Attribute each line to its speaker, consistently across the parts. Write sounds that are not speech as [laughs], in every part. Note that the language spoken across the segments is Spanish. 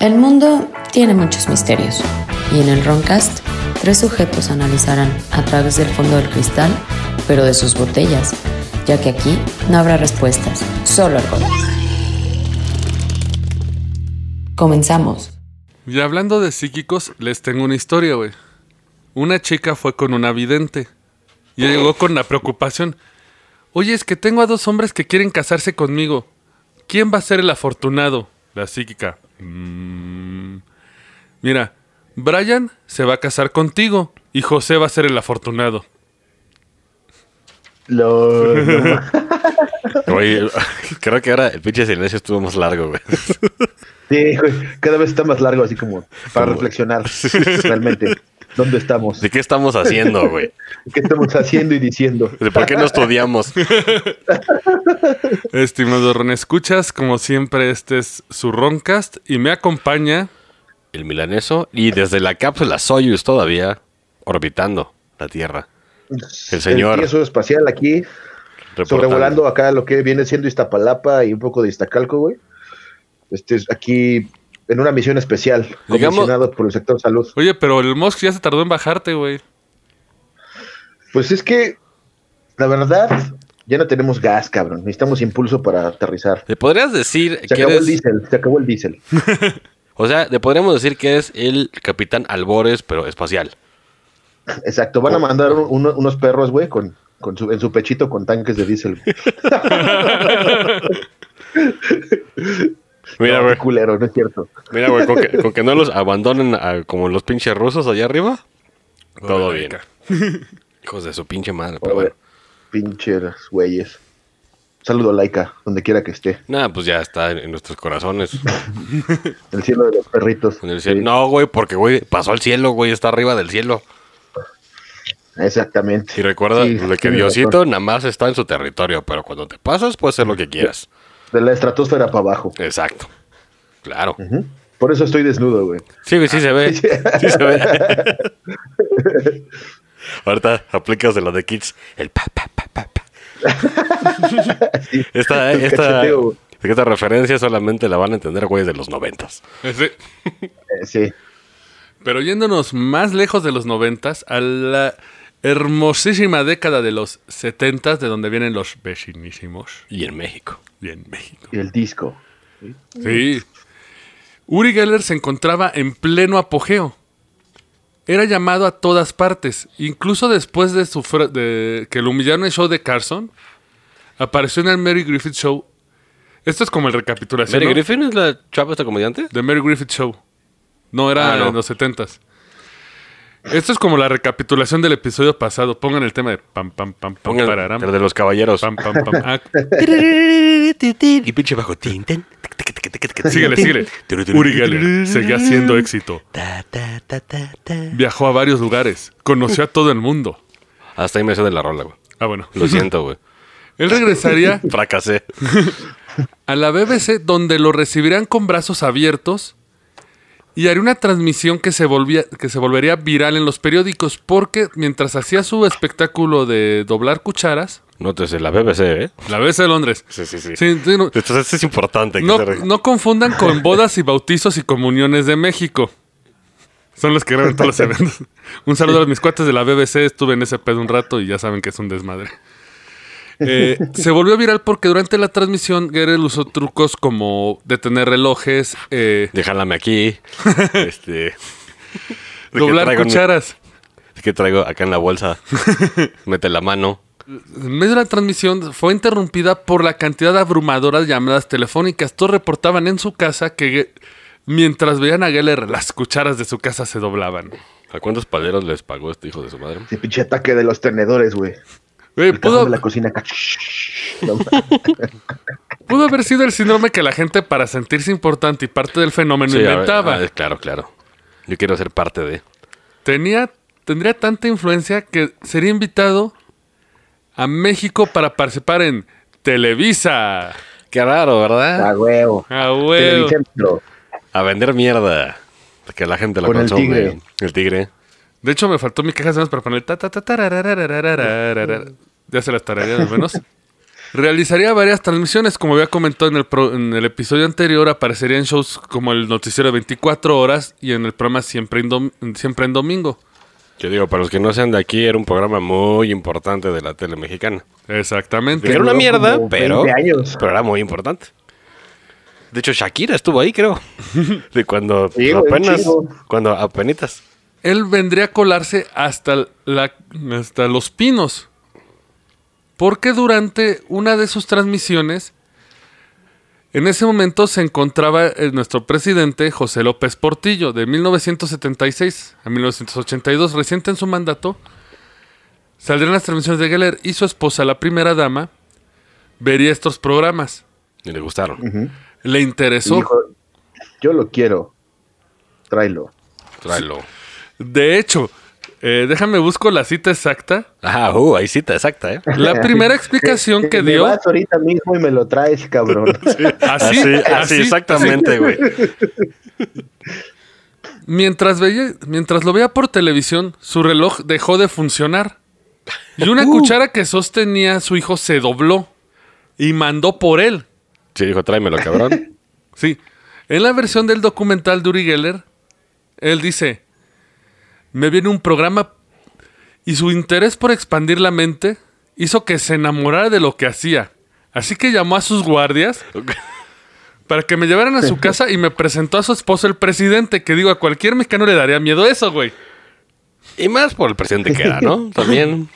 Speaker 1: El mundo tiene muchos misterios y en el Roncast tres sujetos analizarán a través del fondo del cristal, pero de sus botellas, ya que aquí no habrá respuestas, solo alcohol. Comenzamos.
Speaker 2: Y hablando de psíquicos, les tengo una historia, güey. Una chica fue con una vidente y llegó con la preocupación. Oye, es que tengo a dos hombres que quieren casarse conmigo. ¿Quién va a ser el afortunado? La psíquica. "Mm, Mira, Brian se va a casar contigo y José va a ser el afortunado.
Speaker 3: Lol,
Speaker 4: [laughs]
Speaker 3: no ma-
Speaker 4: Güey, [laughs] creo que ahora el pinche silencio estuvo más largo, güey. [laughs]
Speaker 3: sí, güey, cada vez está más largo, así como para
Speaker 4: Como- [laughs]
Speaker 3: reflexionar realmente dónde estamos,
Speaker 4: ¿De qué estamos haciendo, güey?
Speaker 3: qué estamos haciendo y diciendo.
Speaker 4: ¿De por qué no estudiamos?
Speaker 2: Estimado Ron, escuchas, como siempre, este es su Roncast y me acompaña.
Speaker 4: El milaneso y desde la cápsula Soyuz todavía orbitando la Tierra. [laughs] El señor.
Speaker 3: tieso espacial aquí,
Speaker 4: reportando.
Speaker 3: sobrevolando acá lo que viene siendo Iztapalapa y un poco de Iztacalco, güey. Este es aquí en una misión especial,
Speaker 4: Digamos-
Speaker 3: comisionado por el sector salud.
Speaker 2: Oye, pero el Musk ya se tardó en bajarte, güey.
Speaker 3: Pues es que, la verdad, ya no tenemos gas, cabrón. Necesitamos impulso para aterrizar.
Speaker 4: ¿Le podrías decir
Speaker 3: Se
Speaker 4: que
Speaker 3: acabó el
Speaker 4: eres...
Speaker 3: diésel, se acabó el diésel.
Speaker 4: O sea, le podríamos decir que es el capitán Albores, pero espacial.
Speaker 3: Exacto, van a mandar un- uno- unos perros, güey, con, con su, en su pechito con tanques de diésel. güey.
Speaker 4: [laughs] Mira,
Speaker 3: No,
Speaker 4: güey.
Speaker 3: qué culero, no es cierto.
Speaker 4: Mira, güey, con que, con que no [laughs] los abandonen a- como los pinches rusos allá arriba. Todo bien. [laughs] Hijos de su pinche madre, pero bueno.
Speaker 3: Pinches güeyes. Saludo a Laika, donde quiera que esté.
Speaker 4: Nada, pues ya está en, en nuestros
Speaker 3: [laughs]
Speaker 4: corazones.
Speaker 3: El cielo de los perritos.
Speaker 4: En el cielo.
Speaker 3: Sí,
Speaker 4: No, güey, porque, güey, pasó al cielo, güey, está arriba del cielo.
Speaker 3: Exactamente.
Speaker 4: Y recuerda
Speaker 3: Sí,
Speaker 4: de que
Speaker 3: tienes
Speaker 4: Diosito
Speaker 3: razón.
Speaker 4: nada más está en su territorio, pero cuando te pasas puedes hacer lo que quieras.
Speaker 3: De la estratosfera para abajo.
Speaker 4: Exacto. Claro.
Speaker 3: Ujú. Por eso estoy desnudo, güey.
Speaker 4: Sí, güey, sí se ve. Sí se ve.
Speaker 3: [laughs]
Speaker 4: Ahorita aplicas de la de Kids. El pa, pa, pa, pa, pa.
Speaker 3: [laughs]
Speaker 4: Esta,
Speaker 3: El
Speaker 4: esta,
Speaker 3: cacheteo, güey.
Speaker 4: esta referencia solamente la van a entender, güey, de los noventas.
Speaker 2: Ese-
Speaker 3: Eh, sí.
Speaker 2: Pero yéndonos más lejos de los noventas, a la hermosísima década de los setentas, de donde vienen los vecinísimos
Speaker 4: Y en México.
Speaker 2: y en México.
Speaker 3: Y el disco.
Speaker 2: Sí. Uri Geller se encontraba en pleno apogeo. Era llamado a todas partes. Incluso después de, su fra- de que lo humillaron en el show de Carson, apareció en el Mary Griffith Show. Esto es como el recapitulación
Speaker 4: ¿Mary
Speaker 2: ¿no?
Speaker 4: Griffin es la chava esta comediante?
Speaker 2: de Mary Griffith Show. No, era
Speaker 4: Ah, no.
Speaker 2: en los setentas. Esto es como la recapitulación del episodio pasado. Pongan el tema de pam, pam, pam, pam,
Speaker 4: Pongan
Speaker 2: pararam,
Speaker 4: el de los caballeros.
Speaker 2: pam, pam, pam. Ah,
Speaker 4: [laughs] Y pinche bajo. Tin, tin, tic, tic, tic, tic, tic,
Speaker 2: síguele,
Speaker 4: tin.
Speaker 2: síguele. Uri Geller seguía siendo éxito.
Speaker 4: Ta, ta, ta, ta, ta.
Speaker 2: Viajó a varios lugares, conoció a todo el mundo.
Speaker 4: Hasta ahí me sé de la rola, güey.
Speaker 2: Ah, bueno.
Speaker 4: Lo siento, güey.
Speaker 2: [laughs] Él regresaría
Speaker 4: Fracasé.
Speaker 2: a la BBC donde lo recibirán con brazos abiertos y haría una transmisión que se, volvía, que se volvería viral en los periódicos porque mientras hacía su espectáculo de doblar cucharas,
Speaker 4: Nótese, la BBC, ¿eh?
Speaker 2: la BBC de Londres.
Speaker 4: Sí, sí, sí.
Speaker 2: Sí, sí, no,
Speaker 4: Entonces, esto es importante. que
Speaker 2: no-
Speaker 4: se re-
Speaker 2: no confundan
Speaker 3: [laughs]
Speaker 2: con bodas y bautizos y comuniones de México. Son los que graban todos los eventos. Un saludo a mis cuates de la BBC. Estuve en ese pedo un rato y ya saben que es un desmadre.
Speaker 3: [laughs]
Speaker 2: Eh, se volvió viral porque durante la transmisión Gerel usó trucos como detener relojes, eh,
Speaker 4: Déjálame [laughs] aquí. este. de que
Speaker 2: doblar
Speaker 4: traigo en mi-
Speaker 2: cucharas.
Speaker 4: de que traigo acá en la bolsa. [laughs] Mete la mano.
Speaker 2: En medio de la transmisión fue interrumpida por la cantidad abrumadora de llamadas telefónicas. Todos reportaban en su casa que Ge- mientras veían a Geller las cucharas de su casa se doblaban.
Speaker 4: ¿A cuántos paleros les pagó este hijo de su madre?
Speaker 3: Ese pinche ataque de los tenedores, güey.
Speaker 2: Güey,
Speaker 3: El cajón
Speaker 2: Eh, pudo,
Speaker 3: de la cocina acá. [laughs] No,
Speaker 2: pudo haber sido el síndrome que la gente para sentirse importante y parte del fenómeno
Speaker 4: Sí, a ver,
Speaker 2: inventaba.
Speaker 4: ah, claro, claro. Yo quiero ser parte de.
Speaker 2: Tenía, tendría tanta influencia que sería invitado a México para participar en Televisa.
Speaker 4: Qué raro,
Speaker 3: A
Speaker 4: ¿verdad?
Speaker 3: huevo.
Speaker 2: A huevo.
Speaker 3: Televicentro.
Speaker 4: A vender mierda. Que la gente lo
Speaker 3: Con el
Speaker 4: consume.
Speaker 3: tigre.
Speaker 4: El tigre.
Speaker 2: De hecho, me faltó mi caja de sonas para poner ta, ta, ta, tarararararararara. ya se las tararía de menos. Realizaría varias transmisiones, como había comentado en el, pro- en el episodio anterior, aparecería en shows como el Noticiero de 24 Horas y en el programa Siempre en, Dom- Siempre en Domingo.
Speaker 4: Yo digo, para los que no sean de aquí, era un programa muy importante de la tele mexicana.
Speaker 2: Exactamente.
Speaker 4: Era una
Speaker 3: duró
Speaker 4: mierda,
Speaker 3: como
Speaker 4: pero,
Speaker 3: 20 años.
Speaker 4: pero era muy importante. De hecho, Shakira estuvo
Speaker 3: [laughs]
Speaker 4: ahí, creo. De cuando
Speaker 3: Sí, güey,
Speaker 4: apenas.
Speaker 3: chingo.
Speaker 4: Cuando apenitas.
Speaker 2: Él vendría a colarse hasta, la, hasta Los Pinos. Porque durante una de sus transmisiones, en ese momento se encontraba eh, nuestro presidente José López Portillo, de 1976 a 1982, reciente en su mandato. Saldrían las transmisiones de Geller y su esposa, la primera dama, vería estos programas.
Speaker 4: Y le gustaron.
Speaker 3: Mm.
Speaker 2: Le interesó.
Speaker 3: Dijo, yo lo quiero. Tráelo.
Speaker 4: Tráelo.
Speaker 2: De hecho, eh, déjame busco la cita exacta.
Speaker 4: Ajá, uh, ahí cita exacta, ¿eh?
Speaker 3: [laughs]
Speaker 2: La primera explicación que
Speaker 3: Me
Speaker 2: dio.
Speaker 3: vas ahorita mismo y me lo traes,
Speaker 4: [laughs]
Speaker 3: cabrón.
Speaker 2: [laughs] Así, así,
Speaker 4: exactamente, güey.
Speaker 2: así. Mientras, veía, mientras lo veía por televisión, su reloj dejó de funcionar. Y una cuchara que sostenía su hijo se dobló y mandó por él.
Speaker 4: Sí, dijo, tráemelo,
Speaker 3: [laughs]
Speaker 4: cabrón.
Speaker 2: Sí. En la versión del documental de Uri Geller, él dice: Me viene un programa y su interés por expandir la mente hizo que se enamorara de lo que hacía. Así que llamó a sus guardias para que me llevaran a su casa y me presentó a su esposo, el presidente, que digo, a cualquier mexicano le daría miedo eso, güey.
Speaker 4: Y más por el presidente que era, ¿no? También.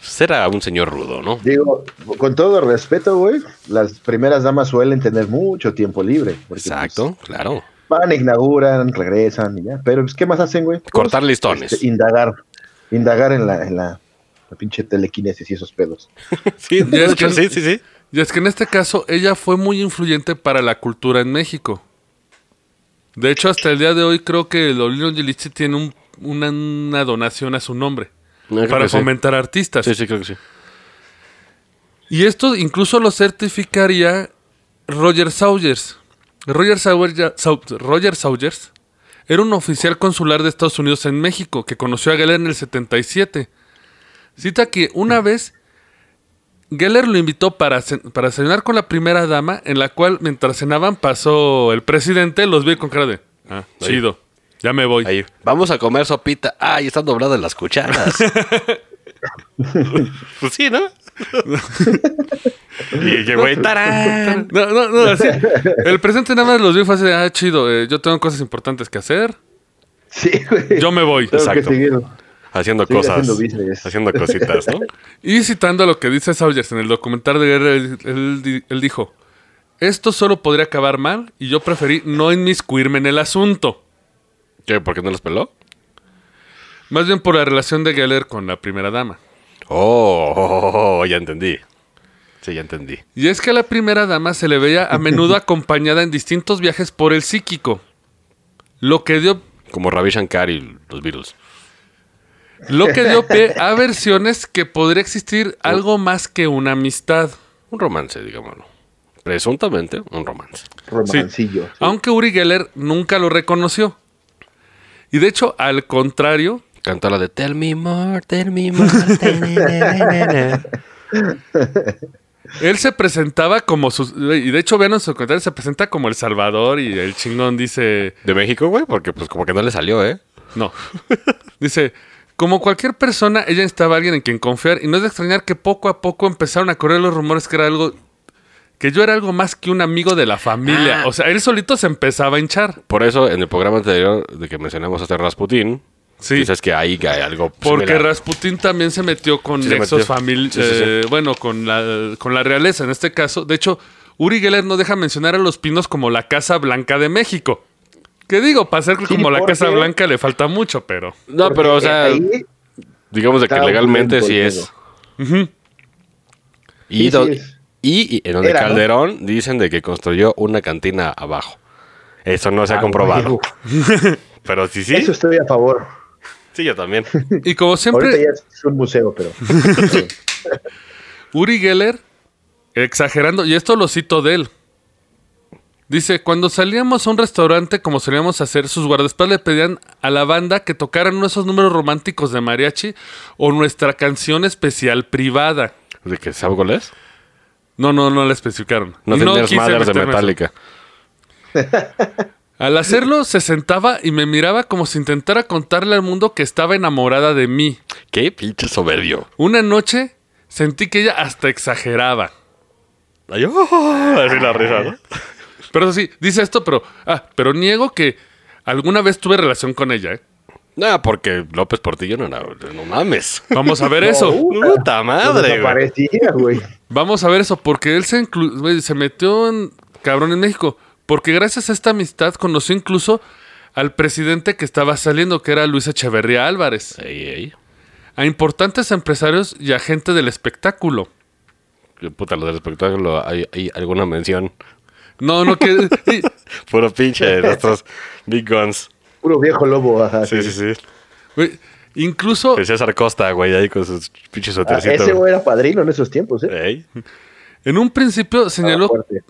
Speaker 4: Será un señor rudo, ¿no?
Speaker 3: Digo, con todo respeto, güey, las primeras damas suelen tener mucho tiempo libre. porque,
Speaker 4: Exacto, claro.
Speaker 3: pues, van, inauguran, regresan y ya. Pero, pues, ¿qué más hacen, güey?
Speaker 4: Cortar listones.
Speaker 3: Este, indagar. Indagar en la, en la, la pinche telequinesis y esos pedos. [laughs]
Speaker 4: [laughs] Sí,
Speaker 2: de
Speaker 4: de
Speaker 2: hecho,
Speaker 4: hecho, sí, sí, sí.
Speaker 2: Y es que en este caso ella fue muy influyente para la cultura en México. De hecho, hasta el día de hoy creo que Lolino Gilici tiene un- una, una donación a su nombre
Speaker 4: No, Ah, creo
Speaker 2: para
Speaker 4: que sí.
Speaker 2: fomentar artistas.
Speaker 4: Sí, sí, creo que sí.
Speaker 2: Y esto incluso lo certificaría Roger Saugers. Roger, Sauer- ya- Sau- Roger Saugers era un oficial consular de Estados Unidos en México que conoció a Geller en el 77. Cita que una vez Geller lo invitó para, cen- para cenar con la primera dama, en la cual mientras cenaban pasó el presidente, los vi con cara de... Ah,
Speaker 4: Ahí.
Speaker 2: chido, ya me voy.
Speaker 4: Ahí. Vamos a comer sopita. Ay, están dobladas las [laughs] cucharas. pues sí, ¿no? [laughs] y que güey, tarán.
Speaker 2: No, no, no, así. El presidente nada más los vio y fue así de, ah, chido, eh, yo tengo cosas importantes que hacer,
Speaker 3: Sí, güey.
Speaker 2: yo me voy.
Speaker 3: Tengo que
Speaker 4: Exacto.
Speaker 3: seguir.
Speaker 4: Haciendo
Speaker 3: Sigue
Speaker 4: cosas.
Speaker 3: haciendo business.
Speaker 4: Haciendo cositas, [laughs] ¿no?
Speaker 2: Y citando a lo que dice Sawyers en el documental de guerra, él, él di- él dijo: Esto solo podría acabar mal y yo preferí no inmiscuirme en el asunto.
Speaker 4: ¿Qué? ¿Por qué no los peló?
Speaker 2: Más bien por la relación de Geller con la primera dama.
Speaker 4: Oh, oh, oh, [laughs] oh, ya entendí. Sí, ya entendí.
Speaker 2: Y es que a la primera dama se le veía a menudo acompañada en distintos viajes por el psíquico. Lo que dio,
Speaker 4: Como Ravi Shankar y los Beatles.
Speaker 2: lo que dio pie a versiones que podría existir algo más que una amistad.
Speaker 4: Un romance, digámoslo. Presuntamente un romance.
Speaker 3: Romancillo.
Speaker 2: Aunque Uri Geller nunca lo reconoció. Y de hecho, al contrario,
Speaker 4: Cantó la de Tell me more, tell me more. ta, na,
Speaker 3: [laughs]
Speaker 4: na, na, na".
Speaker 2: Él se presentaba como sus. Y de hecho, vean en su comentario, se presenta como El Salvador y el chingón dice.
Speaker 4: De México, güey, porque pues como que no le salió, ¿eh?
Speaker 2: No. Dice. Como cualquier persona, ella necesitaba a alguien en quien confiar y no es de extrañar que poco a poco empezaron a correr los rumores que era algo. que yo era algo más que un amigo de la familia.
Speaker 4: Ah.
Speaker 2: O sea, él solito se empezaba a hinchar.
Speaker 4: Por eso, en el programa anterior de que mencionamos hace Rasputín,
Speaker 2: Sí.
Speaker 4: dices que ahí hay algo
Speaker 2: Porque
Speaker 4: similar.
Speaker 2: Rasputín también se metió con
Speaker 4: Sí, se
Speaker 2: nexos
Speaker 4: metió.
Speaker 2: famili-
Speaker 4: Sí, sí, sí.
Speaker 2: eh, bueno, con la, con la realeza en este caso. De hecho, Uri Geller no deja mencionar a los pinos como la Casa Blanca de México. Que digo, para ser como la
Speaker 3: porque-
Speaker 2: Casa Blanca le falta mucho, pero.
Speaker 4: No, pero o
Speaker 3: Porque
Speaker 4: sea,
Speaker 3: ahí-
Speaker 4: digamos de que
Speaker 3: está un
Speaker 4: legalmente
Speaker 3: buen
Speaker 4: sí es.
Speaker 2: Ujú.
Speaker 4: Y,
Speaker 3: Sí,
Speaker 4: do-
Speaker 3: sí es.
Speaker 4: y- y en donde
Speaker 3: Era, ¿no?
Speaker 4: Calderón dicen de que construyó una cantina abajo. Eso no se ha comprobado.
Speaker 3: huevo.
Speaker 4: Pero sí, sí.
Speaker 3: Ah, Eso estoy a favor.
Speaker 4: Sí, yo también.
Speaker 3: [laughs]
Speaker 2: Y como
Speaker 3: Ahorita
Speaker 2: siempre,
Speaker 3: ya es un museo,
Speaker 4: [laughs]
Speaker 3: pero.
Speaker 2: Uri Geller, exagerando, y esto lo cito de él. Dice, cuando salíamos a un restaurante, como solíamos hacer, sus guardaespaldas le pedían a la banda que tocaran uno de esos números románticos de mariachi o nuestra canción especial privada.
Speaker 4: ¿De que sabe cuál es?
Speaker 2: No, no, no la especificaron.
Speaker 4: No tenías
Speaker 2: quise
Speaker 4: madres de
Speaker 2: meterme a eso.
Speaker 4: Metallica.
Speaker 2: Al hacerlo, se sentaba y me miraba como si intentara contarle al mundo que estaba enamorada de mí.
Speaker 4: Qué pinche soberbio.
Speaker 2: Una noche sentí que ella hasta exageraba.
Speaker 4: Ay, oh, así la risa, ¿no?
Speaker 2: Pero sí, dice esto, pero. Ah, pero niego que alguna vez tuve relación con ella, ¿eh?
Speaker 4: No, porque López Portillo no era. No mames.
Speaker 2: Vamos
Speaker 4: [laughs]
Speaker 2: a ver eso.
Speaker 4: Puta madre, güey.
Speaker 3: Parecía, güey.
Speaker 2: Vamos a ver eso, porque él se, inclu- güey, se metió en cabrón en México. Porque gracias a esta amistad conoció incluso al presidente que estaba saliendo, que era Luis Echeverría Álvarez,
Speaker 4: Ey, ey.
Speaker 2: a importantes empresarios y a gente del espectáculo.
Speaker 4: Qué Puta, lo del espectáculo, hay, hay alguna mención.
Speaker 2: No, no, que. [laughs] sí,
Speaker 4: Puro pinche [laughs] de nuestros Big Guns.
Speaker 3: Puro viejo lobo. ajá,
Speaker 4: Sí,
Speaker 3: sí.
Speaker 4: sí, sí.
Speaker 2: güey, incluso
Speaker 4: El César Costa, güey, ahí con sus pinches
Speaker 3: Ah,
Speaker 4: suetercitos.
Speaker 3: ese güey era padrino en esos tiempos, ¿eh?
Speaker 4: Ey.
Speaker 2: en un principio
Speaker 3: Estaba
Speaker 2: señaló
Speaker 3: fuerte.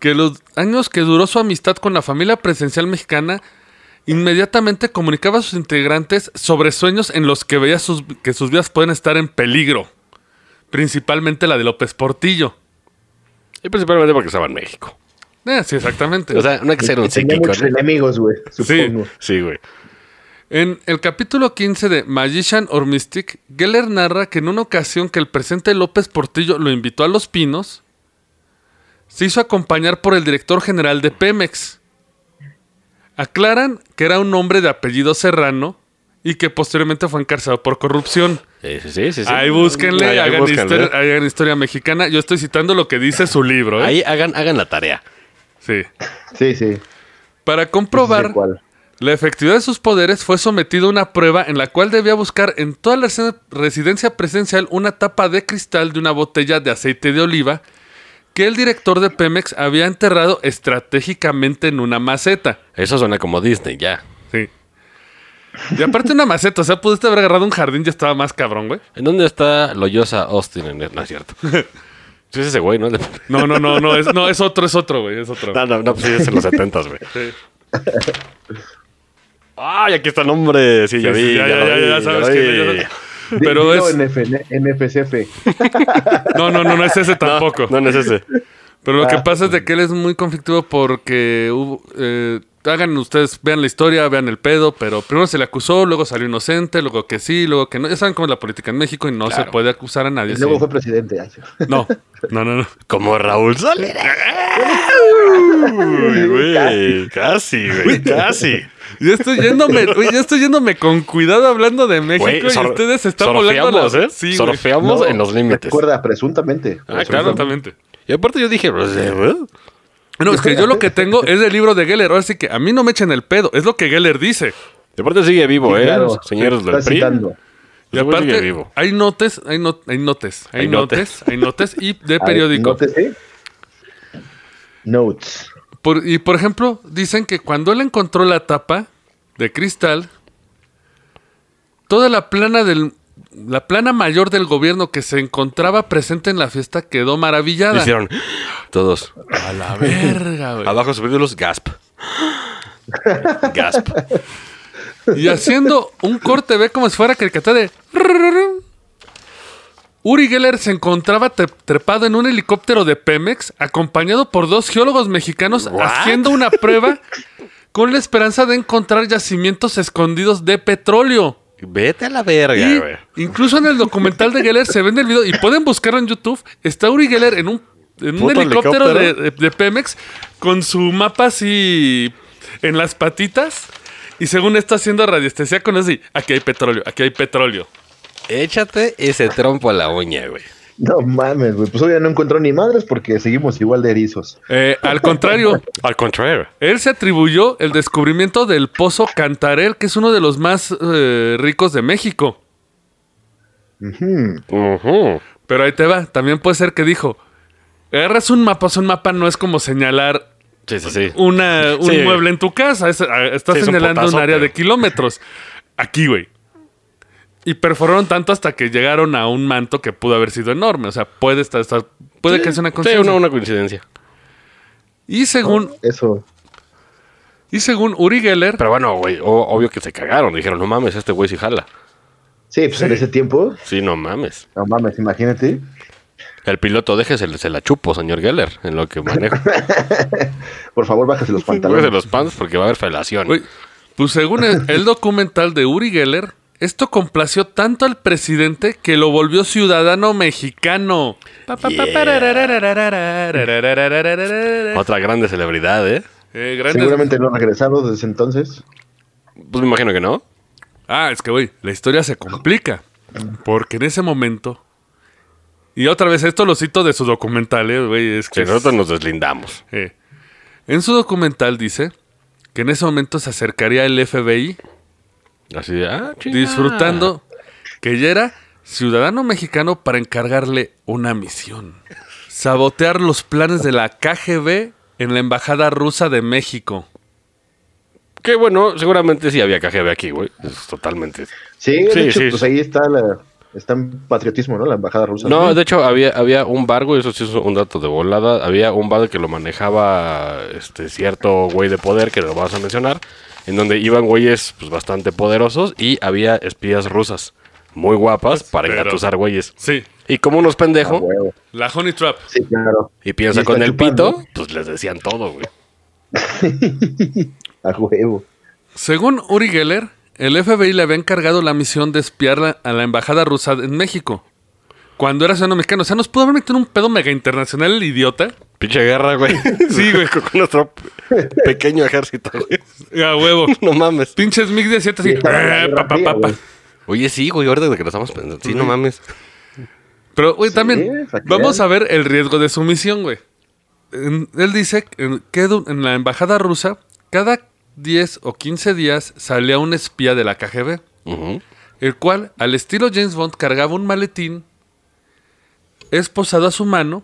Speaker 2: que los años que duró su amistad con la familia presencial mexicana, inmediatamente comunicaba a sus integrantes sobre sueños en los que veía sus- que sus vidas pueden estar en peligro, principalmente la de López Portillo.
Speaker 4: Y principalmente porque estaba en México.
Speaker 2: Eh, sí, exactamente.
Speaker 4: O sea, no hay que ser
Speaker 3: Y
Speaker 4: un
Speaker 3: Tenía
Speaker 4: psíquico,
Speaker 3: muchos
Speaker 4: ¿no?
Speaker 3: enemigos, güey, supongo.
Speaker 4: Sí, güey.
Speaker 2: en el capítulo 15 de Magician or Mystic, Geller narra que en una ocasión que el presidente López Portillo lo invitó a Los Pinos, se hizo acompañar por el director general de Pemex. Aclaran que era un hombre de apellido Serrano y que posteriormente fue encarcelado por corrupción.
Speaker 4: Sí, sí, sí. sí, sí.
Speaker 2: Ahí búsquenle,
Speaker 4: Ahí, ahí
Speaker 2: hagan,
Speaker 4: búsquenle.
Speaker 2: historia, hagan historia mexicana. Yo estoy citando lo que dice su libro. ¿eh?
Speaker 4: Ahí hagan, hagan la tarea.
Speaker 2: Sí.
Speaker 3: Sí, sí.
Speaker 2: Para
Speaker 3: Sí,
Speaker 2: comprobar
Speaker 3: sé cuál.
Speaker 2: La efectividad de sus poderes fue sometida a una prueba en la cual debía buscar en toda la resi- residencia presidencial una tapa de cristal de una botella de aceite de oliva que el director de Pemex había enterrado estratégicamente en una maceta.
Speaker 4: Eso suena como Disney, ya.
Speaker 2: Sí. Y aparte una maceta, o sea, pudiste haber agarrado un jardín, ya estaba más cabrón, güey.
Speaker 4: ¿En dónde está Loyosa Austin? En el- No es [laughs] cierto. Sí, es ese güey, ¿no? No,
Speaker 2: No, no, no, no, es, no, es otro, es otro, güey, es otro.
Speaker 4: no, no, pues sí, es en los 70 güey.
Speaker 2: Sí.
Speaker 4: ¡Ay, aquí está el nombre! Sí, ya
Speaker 2: Sí, sí,
Speaker 4: vi.
Speaker 2: ya,
Speaker 4: lo
Speaker 2: ya,
Speaker 4: vi,
Speaker 2: ya, ya sabes
Speaker 4: lo
Speaker 2: que
Speaker 4: vi.
Speaker 2: no, ya
Speaker 3: Di-
Speaker 2: Pero
Speaker 3: dilo
Speaker 2: es...
Speaker 3: en FN NFCF.
Speaker 2: No, no, no, no es ese tampoco.
Speaker 4: [laughs] No, no es ese.
Speaker 2: Pero lo que
Speaker 3: Ah.
Speaker 2: pasa es de que él es muy conflictivo porque hubo, eh, hagan ustedes, vean la historia, vean el pedo, pero primero se le acusó, luego salió inocente, luego que sí, luego que no. Ya saben cómo es la política en México y no se
Speaker 4: Claro.
Speaker 2: puede acusar a nadie.
Speaker 3: Y luego
Speaker 2: sí.
Speaker 3: fue presidente.
Speaker 4: [laughs]
Speaker 3: ay, sí.
Speaker 2: No, no, no, no.
Speaker 4: Como Raúl Solera. Uy, güey. Casi, güey. Casi.
Speaker 2: Ya estoy yéndome, güey, ya estoy yéndome con cuidado hablando de México
Speaker 4: Güey,
Speaker 2: y
Speaker 4: sor-
Speaker 2: ustedes se están volando
Speaker 4: sorfeamos,
Speaker 2: las-
Speaker 4: ¿eh?
Speaker 2: Sí, güey.
Speaker 4: sorfeamos
Speaker 3: No,
Speaker 4: en los límites.
Speaker 3: Recuerda, presuntamente.
Speaker 4: Ah,
Speaker 2: Claro,
Speaker 4: Sorfeamos.
Speaker 2: totalmente.
Speaker 4: Y aparte yo dije, pues, eh, ¿eh?
Speaker 2: No, es que yo lo que tengo es el libro de Geller, así que a mí no me echen el pedo, es lo que Geller dice.
Speaker 4: y aparte sigue vivo, ¿eh?
Speaker 3: Claro,
Speaker 4: Señores del
Speaker 3: está
Speaker 4: PRI.
Speaker 3: citando.
Speaker 2: Y
Speaker 4: Ese Pues, güey sigue
Speaker 2: aparte,
Speaker 4: vivo.
Speaker 2: hay notes, hay, no- hay notes, hay,
Speaker 4: Hay
Speaker 2: notes,
Speaker 4: notes.
Speaker 2: hay notes y de
Speaker 3: Ay,
Speaker 2: periódico.
Speaker 3: notes, ¿eh? Notes.
Speaker 2: Por- y por ejemplo, dicen que cuando él encontró la tapa de cristal, toda la plana del la plana mayor del gobierno que se encontraba presente en la fiesta quedó maravillada.
Speaker 4: Hicieron "Ah, todos.
Speaker 2: A la verga, güey.
Speaker 4: Abajo subtítulos, gasp. [gasps] Gasp.
Speaker 2: Y haciendo un corte, ve como si fuera caricatura de. rrrrrrrr. Uri Geller se encontraba te- trepado en un helicóptero de Pemex, acompañado por dos geólogos mexicanos,
Speaker 4: ¿What?
Speaker 2: haciendo una prueba con la esperanza de encontrar yacimientos escondidos de petróleo.
Speaker 4: Vete a la verga,
Speaker 2: Y
Speaker 4: güey.
Speaker 2: incluso en el documental de Geller se vende el video y pueden buscarlo en YouTube. Está Uri Geller en un, en un
Speaker 4: Puto
Speaker 2: helicóptero, de- De,
Speaker 4: helicóptero.
Speaker 2: de Pemex con su mapa así en las patitas. Y según está haciendo radiestesia con así, aquí hay petróleo, aquí hay petróleo.
Speaker 4: Échate ese trompo a la uña, güey.
Speaker 3: No mames, güey. Pues hoy ya no encontró ni madres porque seguimos igual de erizos.
Speaker 2: Eh, al contrario,
Speaker 4: Al contrario.
Speaker 2: él se atribuyó el descubrimiento del pozo Cantarel, que es uno de los más eh, ricos de México.
Speaker 3: Ujú.
Speaker 4: Ujú.
Speaker 2: Pero ahí te va, también puede ser que dijo, agarras un mapa, o sea, un mapa no es como señalar
Speaker 4: Sí, sí, sí.
Speaker 2: una, un
Speaker 4: Sí.
Speaker 2: mueble en tu casa. es- a- estás
Speaker 4: Sí, es un
Speaker 2: señalando un,
Speaker 4: potazo,
Speaker 2: área de
Speaker 4: pero-
Speaker 2: kilómetros. Aquí, güey. Y perforaron tanto hasta que llegaron a un manto que pudo haber sido enorme. O sea, puede estar, estar- puede que sea una
Speaker 4: Sí,
Speaker 2: coincidencia.
Speaker 4: una, una coincidencia.
Speaker 2: Y según,
Speaker 3: Eso.
Speaker 2: y según Uri Geller,
Speaker 4: Pero bueno, güey, o- obvio que se cagaron. Dijeron, no mames, este güey sí jala.
Speaker 3: Sí, pues en ese tiempo,
Speaker 4: Sí, no mames.
Speaker 3: no mames, imagínate.
Speaker 4: El piloto, déjese, se la chupo, señor Geller, en lo que manejo.
Speaker 3: Por favor, bájese los
Speaker 4: Póngase
Speaker 3: pantalones.
Speaker 4: los pants porque va a haber felación.
Speaker 2: Güey, pues según el, el documental de Uri Geller, esto complació tanto al presidente que lo volvió ciudadano mexicano. Pa, pa, pa,
Speaker 4: Yeah.
Speaker 2: parararararararararararararararararar.
Speaker 4: Otra grande celebridad, ¿eh?
Speaker 2: Eh, grandes-
Speaker 3: Seguramente no ha regresado desde entonces.
Speaker 4: Pues me imagino que no.
Speaker 2: Ah, es que, güey, la historia se complica. Porque en ese momento. Y otra vez, esto lo cito de su documental, eh, güey. Es
Speaker 4: Si
Speaker 2: que.
Speaker 4: nosotros nos deslindamos.
Speaker 2: Eh. En su documental dice que en ese momento se acercaría el FBI
Speaker 4: Así de, ah, chinga.
Speaker 2: disfrutando que ya era ciudadano mexicano para encargarle una misión. Sabotear los planes de la KGB en la Embajada Rusa de México.
Speaker 4: Que bueno, seguramente sí había KGB aquí, güey. Es totalmente.
Speaker 3: Sí, de
Speaker 4: Sí,
Speaker 3: hecho,
Speaker 4: sí.
Speaker 3: pues ahí está la. Está en patriotismo, ¿no? La embajada rusa.
Speaker 4: No, de hecho, había, había un bar, güey, eso sí es un dato de volada. Había un bar que lo manejaba este cierto güey de poder, que lo vas a mencionar, en donde iban güeyes pues, bastante poderosos y había espías rusas, muy guapas, para
Speaker 2: Pero-
Speaker 4: engatusar güeyes.
Speaker 2: Sí,
Speaker 4: Y como unos pendejos,
Speaker 3: Ah, huevo.
Speaker 2: la Honey Trap.
Speaker 3: Sí, claro.
Speaker 4: y piensa
Speaker 3: Y
Speaker 4: con
Speaker 3: está
Speaker 4: el
Speaker 3: chupando. ¿eh?
Speaker 4: pito, pues les decían todo, güey.
Speaker 3: A huevo.
Speaker 4: Eh,
Speaker 2: Según Uri Geller, el FBI le había encargado la misión de espiar la- a la embajada rusa en México. Cuando era ciudadano mexicano. O sea, nos pudo haber metido un pedo mega internacional el idiota.
Speaker 4: Pinche guerra, güey. [laughs] Sí, güey, con nuestro pe- pequeño ejército, güey.
Speaker 2: A
Speaker 3: [laughs]
Speaker 2: huevo.
Speaker 4: [laughs] No mames.
Speaker 2: Pinches MiG-17 así.
Speaker 3: Sí, estaba en la
Speaker 2: eh,
Speaker 3: Guerra
Speaker 2: pa, pa,
Speaker 3: Fría,
Speaker 2: pa, pa.
Speaker 3: güey.
Speaker 4: Oye, sí, güey, ahorita que lo estamos pensando. Sí, no mames.
Speaker 2: Pero, güey,
Speaker 3: Sí, ¿eh?
Speaker 2: también
Speaker 3: para que
Speaker 2: vamos
Speaker 3: vean.
Speaker 2: a ver el riesgo de sumisión, güey. En- él dice en- que du- en la embajada rusa, cada 10 o 15 días salía un espía de la KGB,
Speaker 4: Ujú.
Speaker 2: el cual, al estilo James Bond, cargaba un maletín esposado a su mano.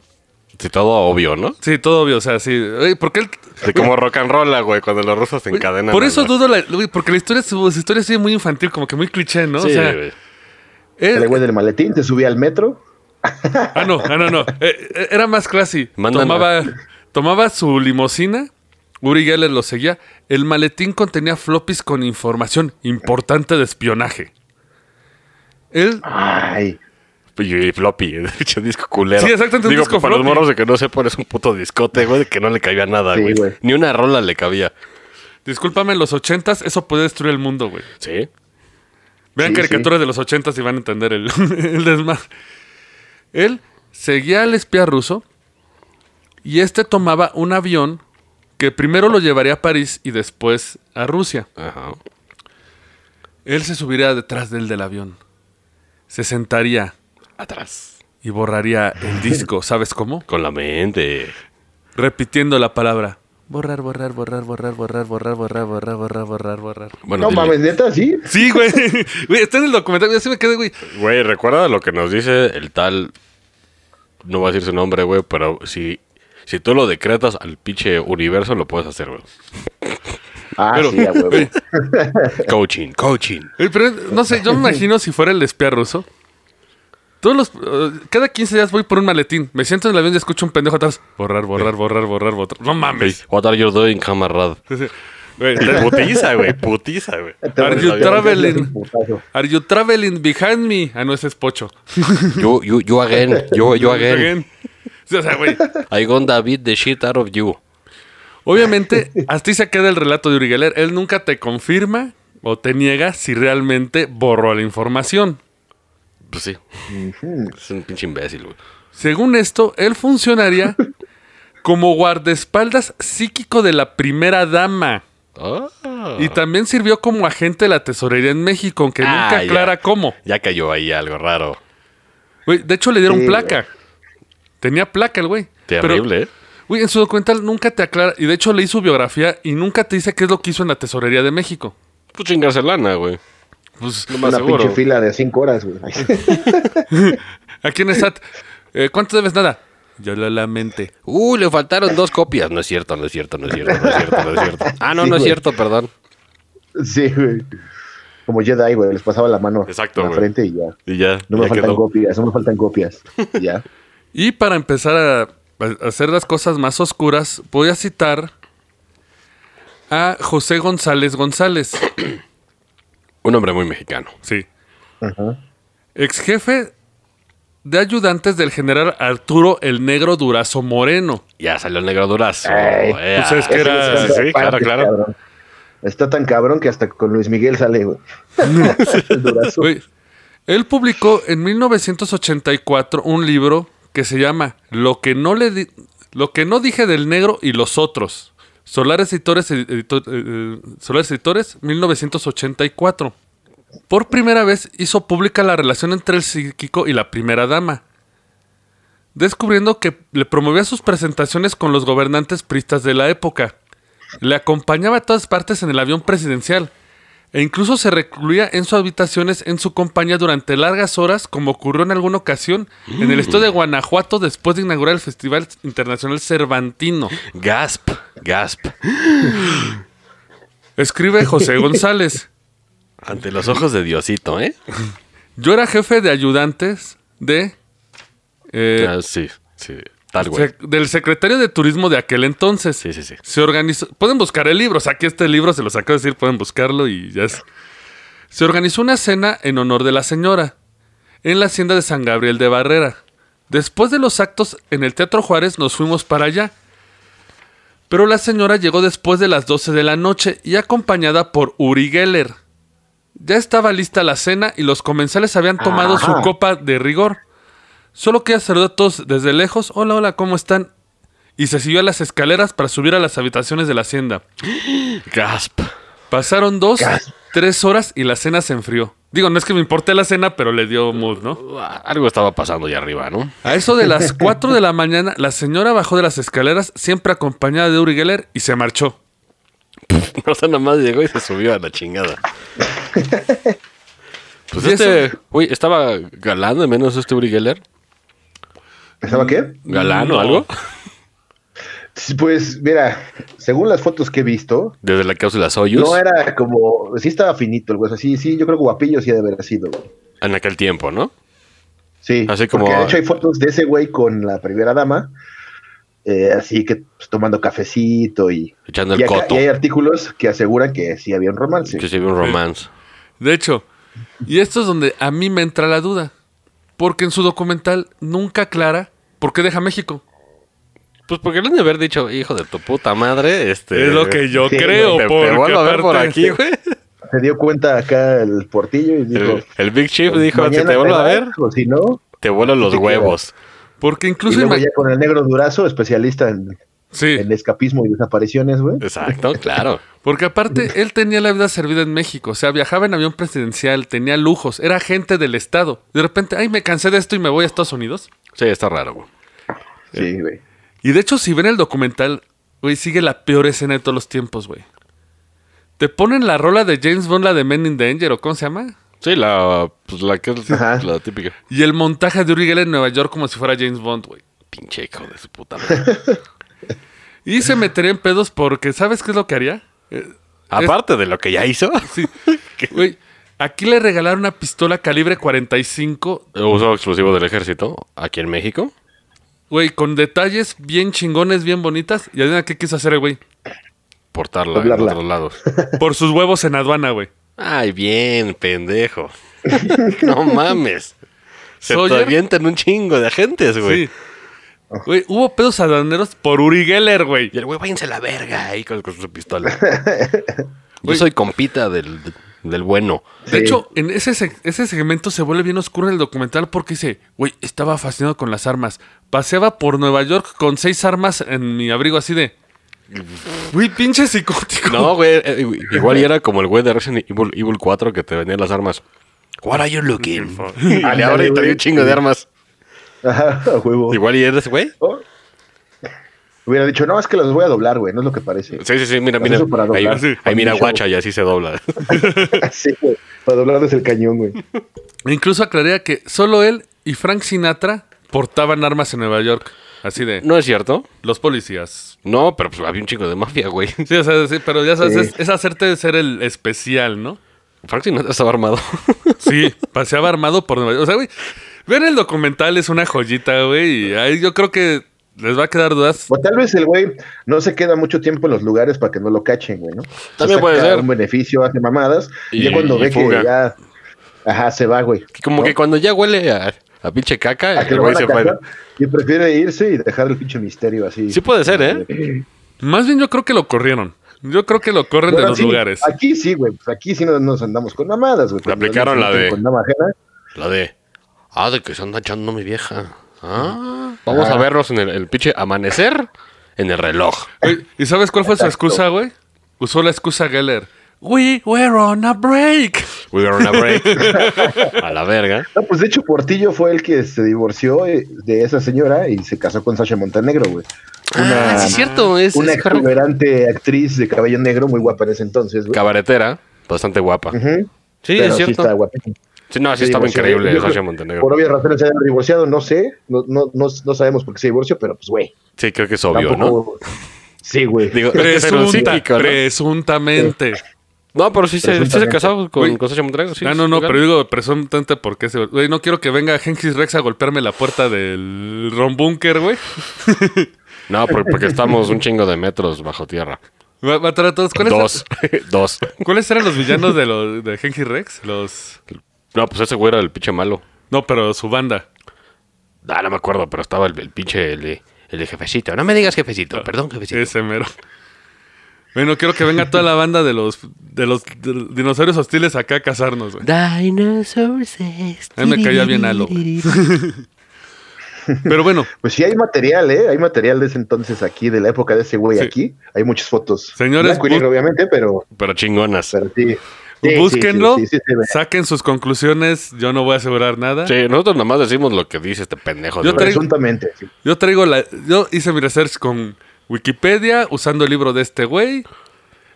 Speaker 4: Sí, todo obvio, ¿no?
Speaker 2: Sí, todo obvio, o sea, sí. Oye, ¿Por qué él-
Speaker 4: Sí, como rock and roll, güey, cuando los rusos se encadenan.
Speaker 2: Por
Speaker 4: a
Speaker 2: eso
Speaker 4: la-
Speaker 2: dudo, la, güey, porque la historia, su, su historia sigue muy infantil, como que muy cliché, ¿no?
Speaker 4: Sí,
Speaker 2: o sea,
Speaker 4: güey.
Speaker 2: él-
Speaker 3: El güey del maletín te subía al metro.
Speaker 2: Ah, no, ah, no, no. Eh, eh, era más classy.
Speaker 4: Mandan
Speaker 2: Tomaba, tomaba su limosina. Uri Geller lo seguía. El maletín contenía floppies con información importante de espionaje. Él.
Speaker 3: Ay.
Speaker 4: Y, y floppy, [laughs] de hecho, disco culero.
Speaker 2: Sí, exactamente, un
Speaker 4: Digo,
Speaker 2: disco
Speaker 4: para los
Speaker 2: floppy.
Speaker 4: morros de que no sepan, es un puto discote, güey, de que no le cabía nada,
Speaker 3: Sí,
Speaker 4: güey.
Speaker 3: güey.
Speaker 4: Ni una rola le cabía.
Speaker 2: Discúlpame, en los ochentas, eso puede destruir el mundo, güey.
Speaker 4: Sí.
Speaker 2: Vean
Speaker 3: Sí,
Speaker 2: caricaturas de los ochentas y van a entender el, [laughs] el desmadre. Él seguía al espía ruso y este tomaba un avión que primero lo llevaría a París y después a Rusia.
Speaker 4: Ajá.
Speaker 2: Él se subiría detrás del del avión. Se sentaría
Speaker 4: Atrás.
Speaker 2: y borraría el disco, ¿sabes cómo?
Speaker 4: Con la mente.
Speaker 2: Repitiendo la palabra. Borrar, borrar, borrar, borrar, borrar, borrar, borrar, borrar, borrar, borrar, borrar.
Speaker 4: Bueno,
Speaker 3: no
Speaker 4: dile.
Speaker 3: mames, neta, sí.
Speaker 2: Sí, güey. [laughs] Güey, está en el documental. Ya se me quedé, güey.
Speaker 4: Güey, recuerda lo que nos dice el tal. No voy a decir su nombre, güey, pero si, si tú lo decretas al pinche universo, lo puedes
Speaker 3: [laughs]
Speaker 4: hacer, güey.
Speaker 3: Ah,
Speaker 2: Pero-
Speaker 3: sí, a huevo.
Speaker 4: Coaching, coaching.
Speaker 2: Güey, Pero no sé,
Speaker 4: [laughs]
Speaker 2: yo me imagino si fuera el espía ruso. Todos los. eh, cada 15 días voy por un maletín. Me siento en el avión y escucho un pendejo atrás. Borrar, borrar, borrar, borrar, borrar. No mames.
Speaker 4: What are you doing, camarada?
Speaker 2: Güey,
Speaker 4: Putiza, güey, putiza, güey.
Speaker 3: Te
Speaker 2: Are
Speaker 3: voy-
Speaker 2: you
Speaker 3: te voy a hacer
Speaker 2: traveling?
Speaker 3: un putazo.
Speaker 2: Are you traveling behind me? Ah, no, ese es Pocho.
Speaker 4: Yo, yo, yo again, yo, [laughs] yo again.
Speaker 2: Again. Sí, o sea, güey.
Speaker 4: I gonna beat the shit out of you.
Speaker 2: Obviamente, hasta ahí se queda el relato de Uri Geller. Él nunca te confirma o te niega si realmente borró la información.
Speaker 4: Pues sí. Es un pinche imbécil, güey.
Speaker 2: Según esto, él
Speaker 4: [laughs]
Speaker 2: funcionaría como guardaespaldas psíquico de la primera dama.
Speaker 4: Ah.
Speaker 2: Y también sirvió como agente de la tesorería en México, aunque nunca
Speaker 4: Ah, ya.
Speaker 2: aclara cómo.
Speaker 4: Ya cayó ahí algo raro.
Speaker 2: Güey, de hecho, le dieron
Speaker 3: Sí,
Speaker 2: placa. Tenía placa el güey. Pero,
Speaker 4: Terrible, ¿eh?
Speaker 2: Güey, en su documental nunca te aclara. Y de hecho, leí su biografía y nunca te dice qué es lo que hizo en la tesorería de México.
Speaker 4: Pues chingarse lana, güey.
Speaker 2: Pues,
Speaker 4: No más
Speaker 3: Una
Speaker 4: seguro.
Speaker 3: pinche fila de cinco horas, güey. [laughs]
Speaker 2: Aquí
Speaker 4: [laughs]
Speaker 2: en el SAT. eh, ¿Cuánto debes? Nada. Yo lo lamente.
Speaker 4: Uy, Uh, le faltaron dos copias. No es cierto, no es cierto, no es cierto, no es cierto, no es [laughs] cierto. Ah, no,
Speaker 3: Sí,
Speaker 4: no es
Speaker 3: güey.
Speaker 4: cierto, perdón.
Speaker 3: Sí, güey. Como Jedi, güey. Les pasaba la mano
Speaker 4: Exacto,
Speaker 3: en la
Speaker 4: güey.
Speaker 3: frente y ya.
Speaker 4: Y ya.
Speaker 3: No me
Speaker 4: ya
Speaker 3: faltan
Speaker 4: quedó.
Speaker 3: copias, no me faltan copias. ya.
Speaker 2: Y para empezar a, a hacer las cosas más oscuras, voy a citar a José González González.
Speaker 4: Un hombre muy mexicano.
Speaker 2: Sí. Ex jefe de ayudantes del general Arturo el Negro Durazo Moreno.
Speaker 4: Ya salió el negro durazo.
Speaker 3: Ay,
Speaker 4: ea.
Speaker 2: pues es que era-
Speaker 3: Ese es
Speaker 4: Sí,
Speaker 3: otra
Speaker 4: sí, claro,
Speaker 3: parte,
Speaker 4: claro.
Speaker 3: cabrón. Está tan cabrón que hasta con Luis Miguel sale, güey. [laughs] El durazo.
Speaker 2: Güey, él publicó en 1984 un libro que se llama Lo que no le di- lo que no dije del negro y los otros. Solares Editores, edito- eh, Solares Editores 1984. Por primera vez hizo pública la relación entre el psíquico y la primera dama, descubriendo que le promovía sus presentaciones con los gobernantes pristas de la época. Le acompañaba a todas partes en el avión presidencial e incluso se recluía en sus habitaciones en su compañía durante largas horas, como ocurrió en alguna ocasión en el estado de Guanajuato después de inaugurar el Festival Internacional Cervantino.
Speaker 4: Gasp, gasp.
Speaker 2: Escribe José González.
Speaker 4: Ante los ojos de Diosito, ¿eh?
Speaker 2: Yo era jefe de ayudantes de... eh,
Speaker 4: Ah, sí, sí. Tal güey.
Speaker 2: sec- del secretario de turismo de aquel entonces.
Speaker 4: Sí, sí, sí.
Speaker 2: Se organizó. Pueden buscar el libro. O sea, aquí este libro se los acabo de decir. Pueden buscarlo y ya es. Se organizó una cena en honor de la señora en la hacienda de San Gabriel de Barrera. Después de los actos en el Teatro Juárez, nos fuimos para allá. Pero la señora llegó después de las 12 de la noche y acompañada por Uri Geller. Ya estaba lista la cena y los comensales habían tomado
Speaker 3: Ajá.
Speaker 2: su copa de rigor. Solo que ella saludó a todos desde lejos. Hola, hola, ¿cómo están? Y se siguió a las escaleras para subir a las habitaciones de la hacienda.
Speaker 4: Gasp.
Speaker 2: Pasaron dos,
Speaker 3: Cas-
Speaker 2: tres horas y la cena se enfrió. Digo, no es que me importe la cena, pero le dio mood, ¿no?
Speaker 4: Algo estaba pasando allá arriba, ¿no? [laughs]
Speaker 2: A eso de las 4 de la mañana, la señora bajó de las escaleras, siempre acompañada de Uri Geller, y se marchó.
Speaker 4: O sea, nada más llegó y se subió a la chingada. Pues
Speaker 2: ¿Y
Speaker 4: este,
Speaker 2: eso?
Speaker 4: güey, estaba galán, al menos este Uri Geller.
Speaker 3: ¿Pensaba qué?
Speaker 4: ¿Galán
Speaker 2: No.
Speaker 4: o algo?
Speaker 3: Pues mira, según las fotos que he visto,
Speaker 4: Desde la cápsula Soyuz.
Speaker 3: no era como. Sí, estaba finito el güey. o sea, sí, sí, yo creo que guapillo sí ha de haber sido, güey.
Speaker 4: En aquel tiempo, ¿no?
Speaker 3: Sí,
Speaker 4: Así como-
Speaker 3: porque de hecho hay fotos de ese güey con la primera dama, eh, así que pues, tomando cafecito y,
Speaker 4: Echando el
Speaker 3: y acá-
Speaker 4: coto.
Speaker 3: y hay artículos que aseguran que sí había un romance.
Speaker 4: Que se vio un romance.
Speaker 2: De hecho, y esto es donde a mí me entra la duda. Porque en su documental nunca aclara por qué deja México.
Speaker 4: Pues porque le han de haber dicho, hijo de tu puta madre, este...
Speaker 2: Es lo que yo
Speaker 3: Sí,
Speaker 2: creo,
Speaker 4: te, te
Speaker 2: porque
Speaker 4: vuelvo a
Speaker 2: [laughs]
Speaker 4: ver por
Speaker 2: aparte-
Speaker 4: aquí, güey.
Speaker 3: Se dio cuenta acá el portillo y dijo, pues
Speaker 4: El, el Big Chief pues, dijo, si
Speaker 3: "Mañana
Speaker 4: te vuelvo a
Speaker 3: vas,
Speaker 4: ver,
Speaker 3: o si no,
Speaker 4: te vuelo los
Speaker 3: te quedas".
Speaker 4: huevos.
Speaker 2: Porque
Speaker 3: y
Speaker 2: incluso...
Speaker 3: luego
Speaker 2: ima-
Speaker 3: ya con el negro durazo, especialista en,
Speaker 2: Sí.
Speaker 3: en escapismo y desapariciones, güey.
Speaker 4: Exacto, claro.
Speaker 2: Porque aparte, él tenía la vida servida en México. O sea, viajaba en avión presidencial, tenía lujos, era gente del Estado. De repente, ay, me cansé de esto y me voy a Estados Unidos.
Speaker 4: Sí, está raro, güey.
Speaker 3: Sí, güey. [laughs]
Speaker 2: Y de hecho, si ven el documental, güey, sigue la peor escena de todos los tiempos, güey. Te ponen la rola de James Bond, la de Men in Danger, o ¿cómo se llama?
Speaker 4: Sí, la, pues, la que es
Speaker 3: Ajá.
Speaker 4: la típica.
Speaker 2: Y el montaje de Uri Geller en Nueva York como si fuera James Bond, güey.
Speaker 4: Pinche hijo de su puta madre.
Speaker 2: Y se metería en pedos porque, ¿sabes qué es lo que haría? Eh,
Speaker 4: [laughs] Aparte de lo que ya hizo,
Speaker 2: sí. Güey, aquí le regalaron una pistola calibre 45
Speaker 4: [laughs] uso exclusivo del ejército aquí en México.
Speaker 2: Güey, con detalles bien chingones, bien bonitas. Y adivina qué quiso hacer el güey.
Speaker 4: Portarla en
Speaker 3: Doblarla. [laughs]
Speaker 4: otros lados.
Speaker 2: Por sus huevos en aduana, güey.
Speaker 4: Ay, bien, pendejo.
Speaker 3: [laughs]
Speaker 4: no mames. Se te
Speaker 2: Sawyer.
Speaker 4: avientan un chingo de agentes, güey.
Speaker 2: Sí. Güey, hubo pedos aduaneros por Uri Geller, güey.
Speaker 4: Y el güey, váyanse a la verga ahí con, con su
Speaker 3: [laughs]
Speaker 4: pistola. Yo
Speaker 2: Güey.
Speaker 4: soy compita del, del bueno.
Speaker 2: De
Speaker 3: Sí.
Speaker 2: hecho, en ese, seg- ese segmento se vuelve bien oscuro en el documental porque dice, güey, estaba fascinado con las armas. Paseaba por Nueva York con seis armas en mi abrigo así de... Güey, pinche psicótico.
Speaker 4: No, güey. eh, Igual y era como el güey de Resident Evil, Evil 4 que te vendía las armas. What are you looking for? [laughs] Y le abre y trae un chingo de armas.
Speaker 3: Ajá, a huevo.
Speaker 4: Igual y eres, güey.
Speaker 3: Oh. Hubiera dicho, no, es que los voy a doblar, güey, no es lo que parece.
Speaker 4: Sí, sí, sí, mira,
Speaker 3: Las
Speaker 4: mira.
Speaker 3: uso para
Speaker 4: Ahí,
Speaker 3: doblar. Sí.
Speaker 4: ahí mira, guacha, y así se dobla.
Speaker 3: [laughs]
Speaker 4: [laughs]
Speaker 3: Sí, güey, para doblar desde el cañón, güey.
Speaker 2: E Incluso aclararía que solo él y Frank Sinatra portaban armas en Nueva York. Así de...
Speaker 4: No es cierto.
Speaker 2: Los policías
Speaker 4: No, pero pues había un chingo de mafia, güey. [laughs]
Speaker 2: Sí, o sea, sí, pero ya sabes,
Speaker 3: Sí.
Speaker 2: es, es hacerte de ser el especial, ¿no?
Speaker 4: Frank Sinatra estaba armado. [laughs]
Speaker 2: Sí, paseaba armado por Nueva York. O sea, güey, vean el documental, es una joyita, güey. Y ahí yo creo que les va a quedar dudas.
Speaker 3: O tal vez el güey no se queda mucho tiempo en los lugares para que no lo cachen, güey, ¿no?
Speaker 4: También
Speaker 3: Se
Speaker 4: puede
Speaker 3: saca
Speaker 4: ser.
Speaker 3: un beneficio, hace mamadas. Y,
Speaker 4: Y-
Speaker 3: ya cuando
Speaker 4: y
Speaker 3: ve
Speaker 4: fuga.
Speaker 3: que ya. Ajá, se va, güey.
Speaker 4: Como
Speaker 3: ¿No?
Speaker 4: que cuando ya huele a, La pinche caca.
Speaker 3: A que
Speaker 4: el
Speaker 3: lo
Speaker 4: güey
Speaker 3: van a
Speaker 4: se fue.
Speaker 3: cazar y prefiere irse y dejar el pinche misterio así.
Speaker 4: Sí puede ser, ¿eh?
Speaker 2: Más bien yo creo que lo corrieron. Yo creo que lo corren de
Speaker 3: Bueno,
Speaker 2: los
Speaker 3: sí,
Speaker 2: lugares.
Speaker 3: Aquí sí, güey. Pues aquí sí no nos andamos con mamadas, güey. Cuando
Speaker 4: aplicaron
Speaker 3: nos
Speaker 4: la de-
Speaker 3: Con dama ajena,
Speaker 4: La de. Ah, de que se anda echando mi vieja. Ah, vamos a verlos en el, el pinche amanecer en el reloj.
Speaker 2: Oye, ¿Y sabes cuál fue su
Speaker 3: Exacto.
Speaker 2: excusa, güey? Usó la excusa Geller. We were on a break.
Speaker 4: We are on a break. [laughs] a la verga.
Speaker 3: No, pues de hecho Portillo fue el que se divorció eh, de esa señora y se casó con Sasha Montenegro, güey. Una,
Speaker 4: ah, sí, es cierto. Es,
Speaker 3: una
Speaker 4: es correcto.
Speaker 3: exuberante actriz de cabello negro, muy guapa en ese entonces, güey.
Speaker 4: cabaretera, bastante guapa.
Speaker 3: Ujú.
Speaker 4: Sí,
Speaker 3: Pero
Speaker 4: es
Speaker 3: Sí,
Speaker 4: cierto.
Speaker 3: está guapísima.
Speaker 4: Sí, no, Ah, sí
Speaker 3: Se
Speaker 4: estaba
Speaker 3: divorció.
Speaker 4: increíble
Speaker 3: Yo creo-
Speaker 4: Sasha Montenegro.
Speaker 3: Por obvias razones se han divorciado, no sé. No, no, no, no sabemos por qué se divorció, pero pues, güey.
Speaker 4: Sí, creo que es obvio, ¿no?
Speaker 3: tampoco- Sí, güey.
Speaker 4: Digo, Creo que es un
Speaker 2: Presunta,
Speaker 4: psíquico, ¿no?
Speaker 2: Presuntamente.
Speaker 4: No, pero sí se, sí se
Speaker 3: Presuntamente.
Speaker 4: casó con,
Speaker 2: Güey.
Speaker 4: con Sasha Montenegro. Sí,
Speaker 2: ah, no, no,
Speaker 4: legal.
Speaker 2: pero digo presuntamente porque se... Güey, no quiero que venga Genkis Rex a golpearme la puerta del Ron Bunker, güey.
Speaker 4: No, por- porque estamos un chingo de metros bajo tierra.
Speaker 2: Va, va a traer a todos. ¿Cuáles,
Speaker 4: Dos. [laughs] Dos.
Speaker 2: ¿Cuáles eran los villanos de, los, de Genkis Rex? Los...
Speaker 4: No, pues ese güey era el pinche malo.
Speaker 2: No, pero su banda.
Speaker 4: Ah, no me acuerdo, pero estaba el, el pinche el, de- el de jefecito. No me digas
Speaker 2: Ah,
Speaker 4: jefecito, perdón, jefecito.
Speaker 2: Ese mero. Bueno, quiero que venga toda la banda de los, de los de los dinosaurios hostiles acá a cazarnos,
Speaker 3: [laughs]
Speaker 2: güey.
Speaker 5: Dinosaurs.
Speaker 2: A mí me caía bien [laughs] Halo. Pero bueno,
Speaker 3: Pues sí, hay material, ¿eh? Hay material de ese entonces aquí, de la época de ese güey
Speaker 2: Sí.
Speaker 3: aquí. Hay muchas fotos.
Speaker 2: Señores,
Speaker 3: Blanco y negro, obviamente, pero,
Speaker 4: Pero chingonas.
Speaker 3: pero sí. Sí, sí. sí,
Speaker 2: búsquenlo,
Speaker 3: sí, sí, sí, sí.
Speaker 2: saquen sus conclusiones. Yo no voy a asegurar nada.
Speaker 4: Sí, nosotros nomás decimos lo que dice este pendejo.
Speaker 2: Yo
Speaker 4: de-
Speaker 2: traigo-
Speaker 3: Presuntamente. sí.
Speaker 2: Yo traigo la. Yo hice mi research con Wikipedia, usando el libro de este güey,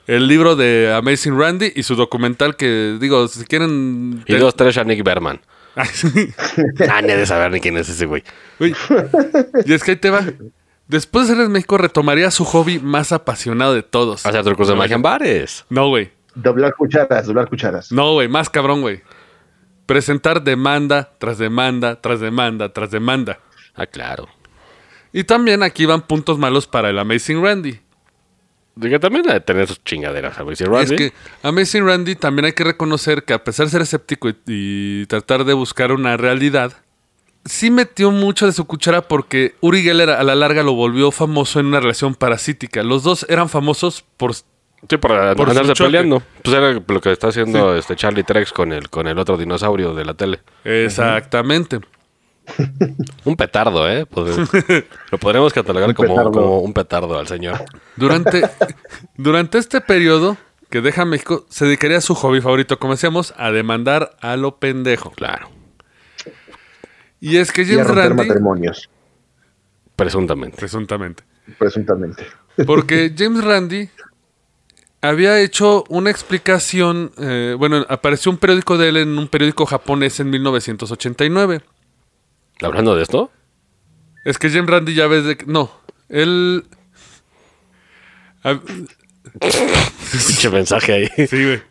Speaker 2: el libro de Amazing Randy y su documental que, digo, si quieren.
Speaker 4: Y dos, tres, a Nick Berman.
Speaker 2: [laughs] Ay, sí.
Speaker 4: Ah, ni de saber ni quién es ese güey.
Speaker 2: Uy. Y es que ahí te va. Después de ser en México, retomaría su hobby más apasionado de todos.
Speaker 4: Hace trucos de magia en bares.
Speaker 2: No, güey.
Speaker 3: Doblar cucharas, doblar cucharas.
Speaker 2: No, güey. Más cabrón, güey. Presentar demanda tras demanda, tras demanda, tras demanda.
Speaker 4: Ah, claro.
Speaker 2: Y también aquí van puntos malos para el Amazing Randy.
Speaker 4: De que también ha de tener sus chingaderas, güey. Si Randy-
Speaker 2: Es que Amazing Randy también hay que reconocer que a pesar de ser escéptico y, y tratar de buscar una realidad, sí metió mucho de su cuchara porque Uri Geller a la larga lo volvió famoso en una relación parasítica. Los dos eran famosos por...
Speaker 4: Sí, para
Speaker 2: Por su
Speaker 4: andarse
Speaker 2: choque.
Speaker 4: peleando. Pues era lo que está haciendo este Charlie Trex con el, con el otro dinosaurio de la tele.
Speaker 2: Exactamente.
Speaker 4: Un petardo, ¿eh? Pod- [laughs] lo podríamos catalogar
Speaker 3: Un
Speaker 4: como,
Speaker 3: petardo.
Speaker 4: como un petardo al señor.
Speaker 2: Durante, durante este periodo que deja a México, se dedicaría a su hobby favorito, como decíamos, a demandar a lo pendejo.
Speaker 4: Claro.
Speaker 2: Y es que
Speaker 3: Y a
Speaker 2: James
Speaker 3: romper
Speaker 2: Randy...
Speaker 3: matrimonios,
Speaker 4: Presuntamente.
Speaker 2: Presuntamente.
Speaker 3: presuntamente.
Speaker 2: Porque James Randi había hecho una explicación, eh, bueno, apareció un periódico de él en un periódico japonés en 1989.
Speaker 4: Hablando de [laughs] esto,
Speaker 2: Es que James Randi ya ves de... que- No, él... Ah,
Speaker 4: pinche mensaje ahí.
Speaker 2: sí, güey.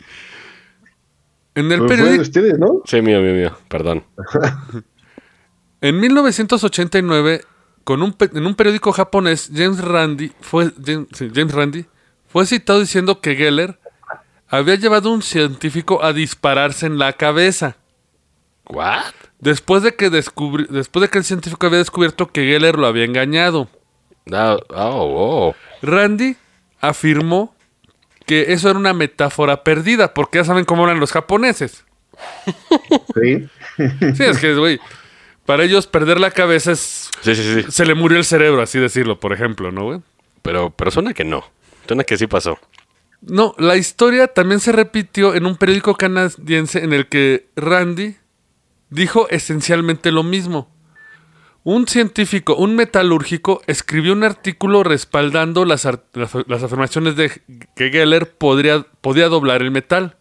Speaker 2: En el
Speaker 3: Pues fue de
Speaker 2: periódico...
Speaker 3: ustedes, ¿no?
Speaker 4: Sí, mío, mío, mío. Perdón.
Speaker 2: En 1989, con un pe- en un periódico japonés, James Randi fue, James, sí, James Randi fue citado diciendo que Geller había llevado a un científico a dispararse en la cabeza.
Speaker 4: ¿What?
Speaker 2: Después de que descubri- después de que el científico había descubierto que Geller lo había engañado,
Speaker 4: No, Ah, oh, oh.
Speaker 2: Randy afirmó que eso era una metáfora perdida, porque ya saben cómo eran los japoneses. [laughs]
Speaker 3: Sí.
Speaker 2: Sí, es que, güey, para ellos perder la cabeza es...
Speaker 4: Sí, sí, sí.
Speaker 2: Se le murió el cerebro, así decirlo, por ejemplo, ¿no, güey?
Speaker 4: Pero, pero suena que no. Suena que sí pasó.
Speaker 2: No, la historia también se repitió en un periódico canadiense en el que Randy dijo esencialmente lo mismo. Un científico, un metalúrgico, escribió un artículo respaldando las, ar- las- las afirmaciones de que Geller podría, podía doblar el metal.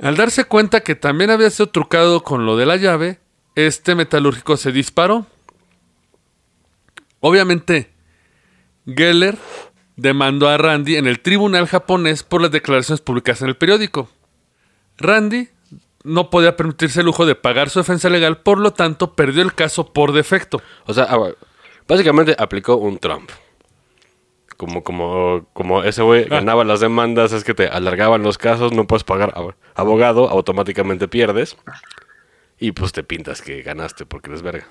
Speaker 2: Al darse cuenta que también había sido trucado con lo de la llave, este metalúrgico se disparó. Obviamente, Geller demandó a Randy en el tribunal japonés por las declaraciones publicadas en el periódico. Randy no podía permitirse el lujo de pagar su defensa legal, por lo tanto perdió el caso por defecto.
Speaker 4: O sea, ah, básicamente aplicó un Trump. Como, como, como ese güey
Speaker 2: Ah.
Speaker 4: ganaba las demandas, es que te alargaban los casos, no puedes pagar ab- abogado, automáticamente pierdes. y pues te pintas que ganaste porque eres verga.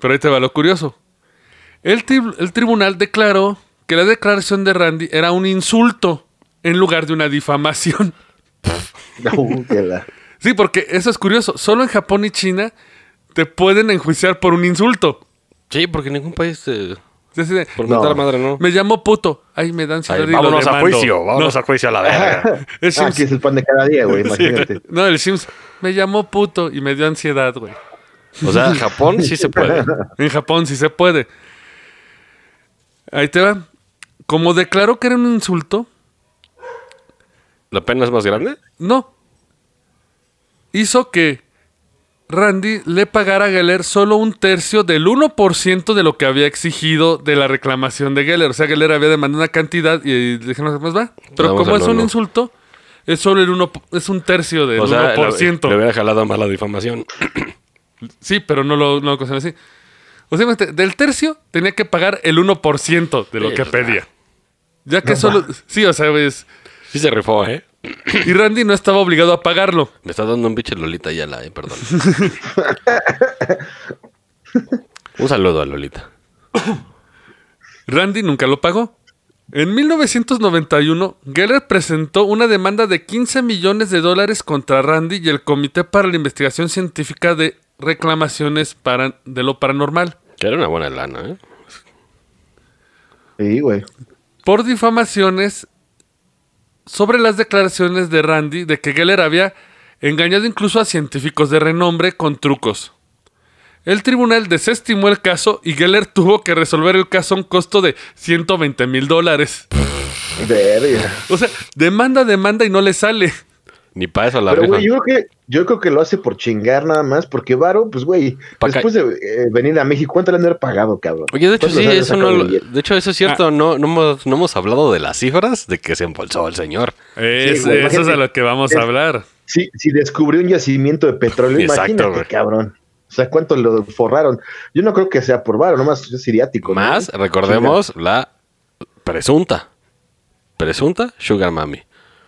Speaker 2: Pero ahí te va lo curioso. El, tri- el tribunal declaró que la declaración de Randy era un insulto en lugar de una difamación. [laughs]
Speaker 3: No, [laughs] que la-
Speaker 2: Sí, porque eso es curioso. Solo en Japón y China te pueden enjuiciar por un insulto.
Speaker 4: Sí, porque ningún país te...
Speaker 2: Es así de,
Speaker 4: Por
Speaker 3: No.
Speaker 4: mentar a la madre, ¿no?
Speaker 2: me llamo puto. Ay, me dan
Speaker 4: Ay,
Speaker 2: ciudad y lo demando. no,
Speaker 4: a juicio a la verga.
Speaker 2: el
Speaker 3: Ah,
Speaker 2: Sims-
Speaker 3: que es el pan de cada día,
Speaker 2: [laughs]
Speaker 3: güey, imagínate.
Speaker 2: no, el Sims me llamó puto y me dio ansiedad, güey.
Speaker 4: [laughs] o sea, Japón sí se puede.
Speaker 2: En Japón sí se puede. Ahí te va. Como declaró que era un insulto,
Speaker 4: ¿La pena es más grande?
Speaker 2: no. Hizo que Randy le pagara a Geller solo un tercio del 1% de lo que había exigido de la reclamación de Geller. O sea, Geller había demandado una cantidad y, y le dijeron, pues va. Pero
Speaker 4: Vamos
Speaker 2: como
Speaker 4: al
Speaker 2: es un
Speaker 4: uno.
Speaker 2: insulto, es solo el 1, es un tercio del
Speaker 4: O sea, le,
Speaker 2: 1%.
Speaker 4: le hubiera jalado más la difamación. [clears throat]
Speaker 2: Sí, pero no lo, no lo consideran así. O sea, imagínate, del tercio tenía que pagar el 1% de lo
Speaker 4: Sí,
Speaker 2: que
Speaker 4: pues,
Speaker 2: pedía. Ya que solo. Sí, o sea, ves.
Speaker 4: Sí se rifó, ¿eh?
Speaker 2: Y Randy no estaba obligado a pagarlo.
Speaker 4: Me está dando un pinche Lolita ya la,
Speaker 3: [laughs]
Speaker 4: eh, perdón. un saludo a Lolita.
Speaker 2: Randy nunca lo pagó. En 1991, Geller presentó una demanda de 15 millones de dólares contra Randy y el Comité para la Investigación Científica de Reclamaciones para- de lo Paranormal
Speaker 4: Que era una buena lana, ¿eh?
Speaker 3: Sí, güey.
Speaker 2: por difamaciones sobre las declaraciones de Randy de que Geller había engañado incluso a científicos de renombre con trucos. El tribunal desestimó el caso y Geller tuvo que resolver el caso a un costo de 120 mil dólares.
Speaker 3: Verga.
Speaker 2: O sea, demanda, demanda y no le sale.
Speaker 4: Ni para eso la
Speaker 3: Pero,
Speaker 4: rifa.
Speaker 3: güey, yo creo que yo creo que lo hace por chingar nada más, porque Varo, pues, güey,
Speaker 4: Pa' acá.
Speaker 3: después de eh, venir a México, ¿cuánto le han de haber pagado, cabrón?
Speaker 4: Oye, de hecho,
Speaker 3: ¿Cuánto
Speaker 4: sí,
Speaker 3: le han de
Speaker 4: eso
Speaker 3: sacar
Speaker 4: no,
Speaker 3: de
Speaker 4: lo-
Speaker 3: billete?
Speaker 4: de hecho, eso es cierto. No, no, hemos, no hemos hablado de las cifras de que se embolsó el señor.
Speaker 2: Es- eso es
Speaker 3: güey,
Speaker 2: a
Speaker 3: imagínate.
Speaker 2: lo que vamos a hablar.
Speaker 3: Sí, si descubrió un yacimiento de petróleo,
Speaker 4: Exacto,
Speaker 3: imagínate,
Speaker 4: güey.
Speaker 3: cabrón. O sea, ¿cuánto lo forraron? Yo no creo que sea por Varo, nomás es siriático. ¿no?
Speaker 4: Más, recordemos la presunta. Presunta Sugar Mami.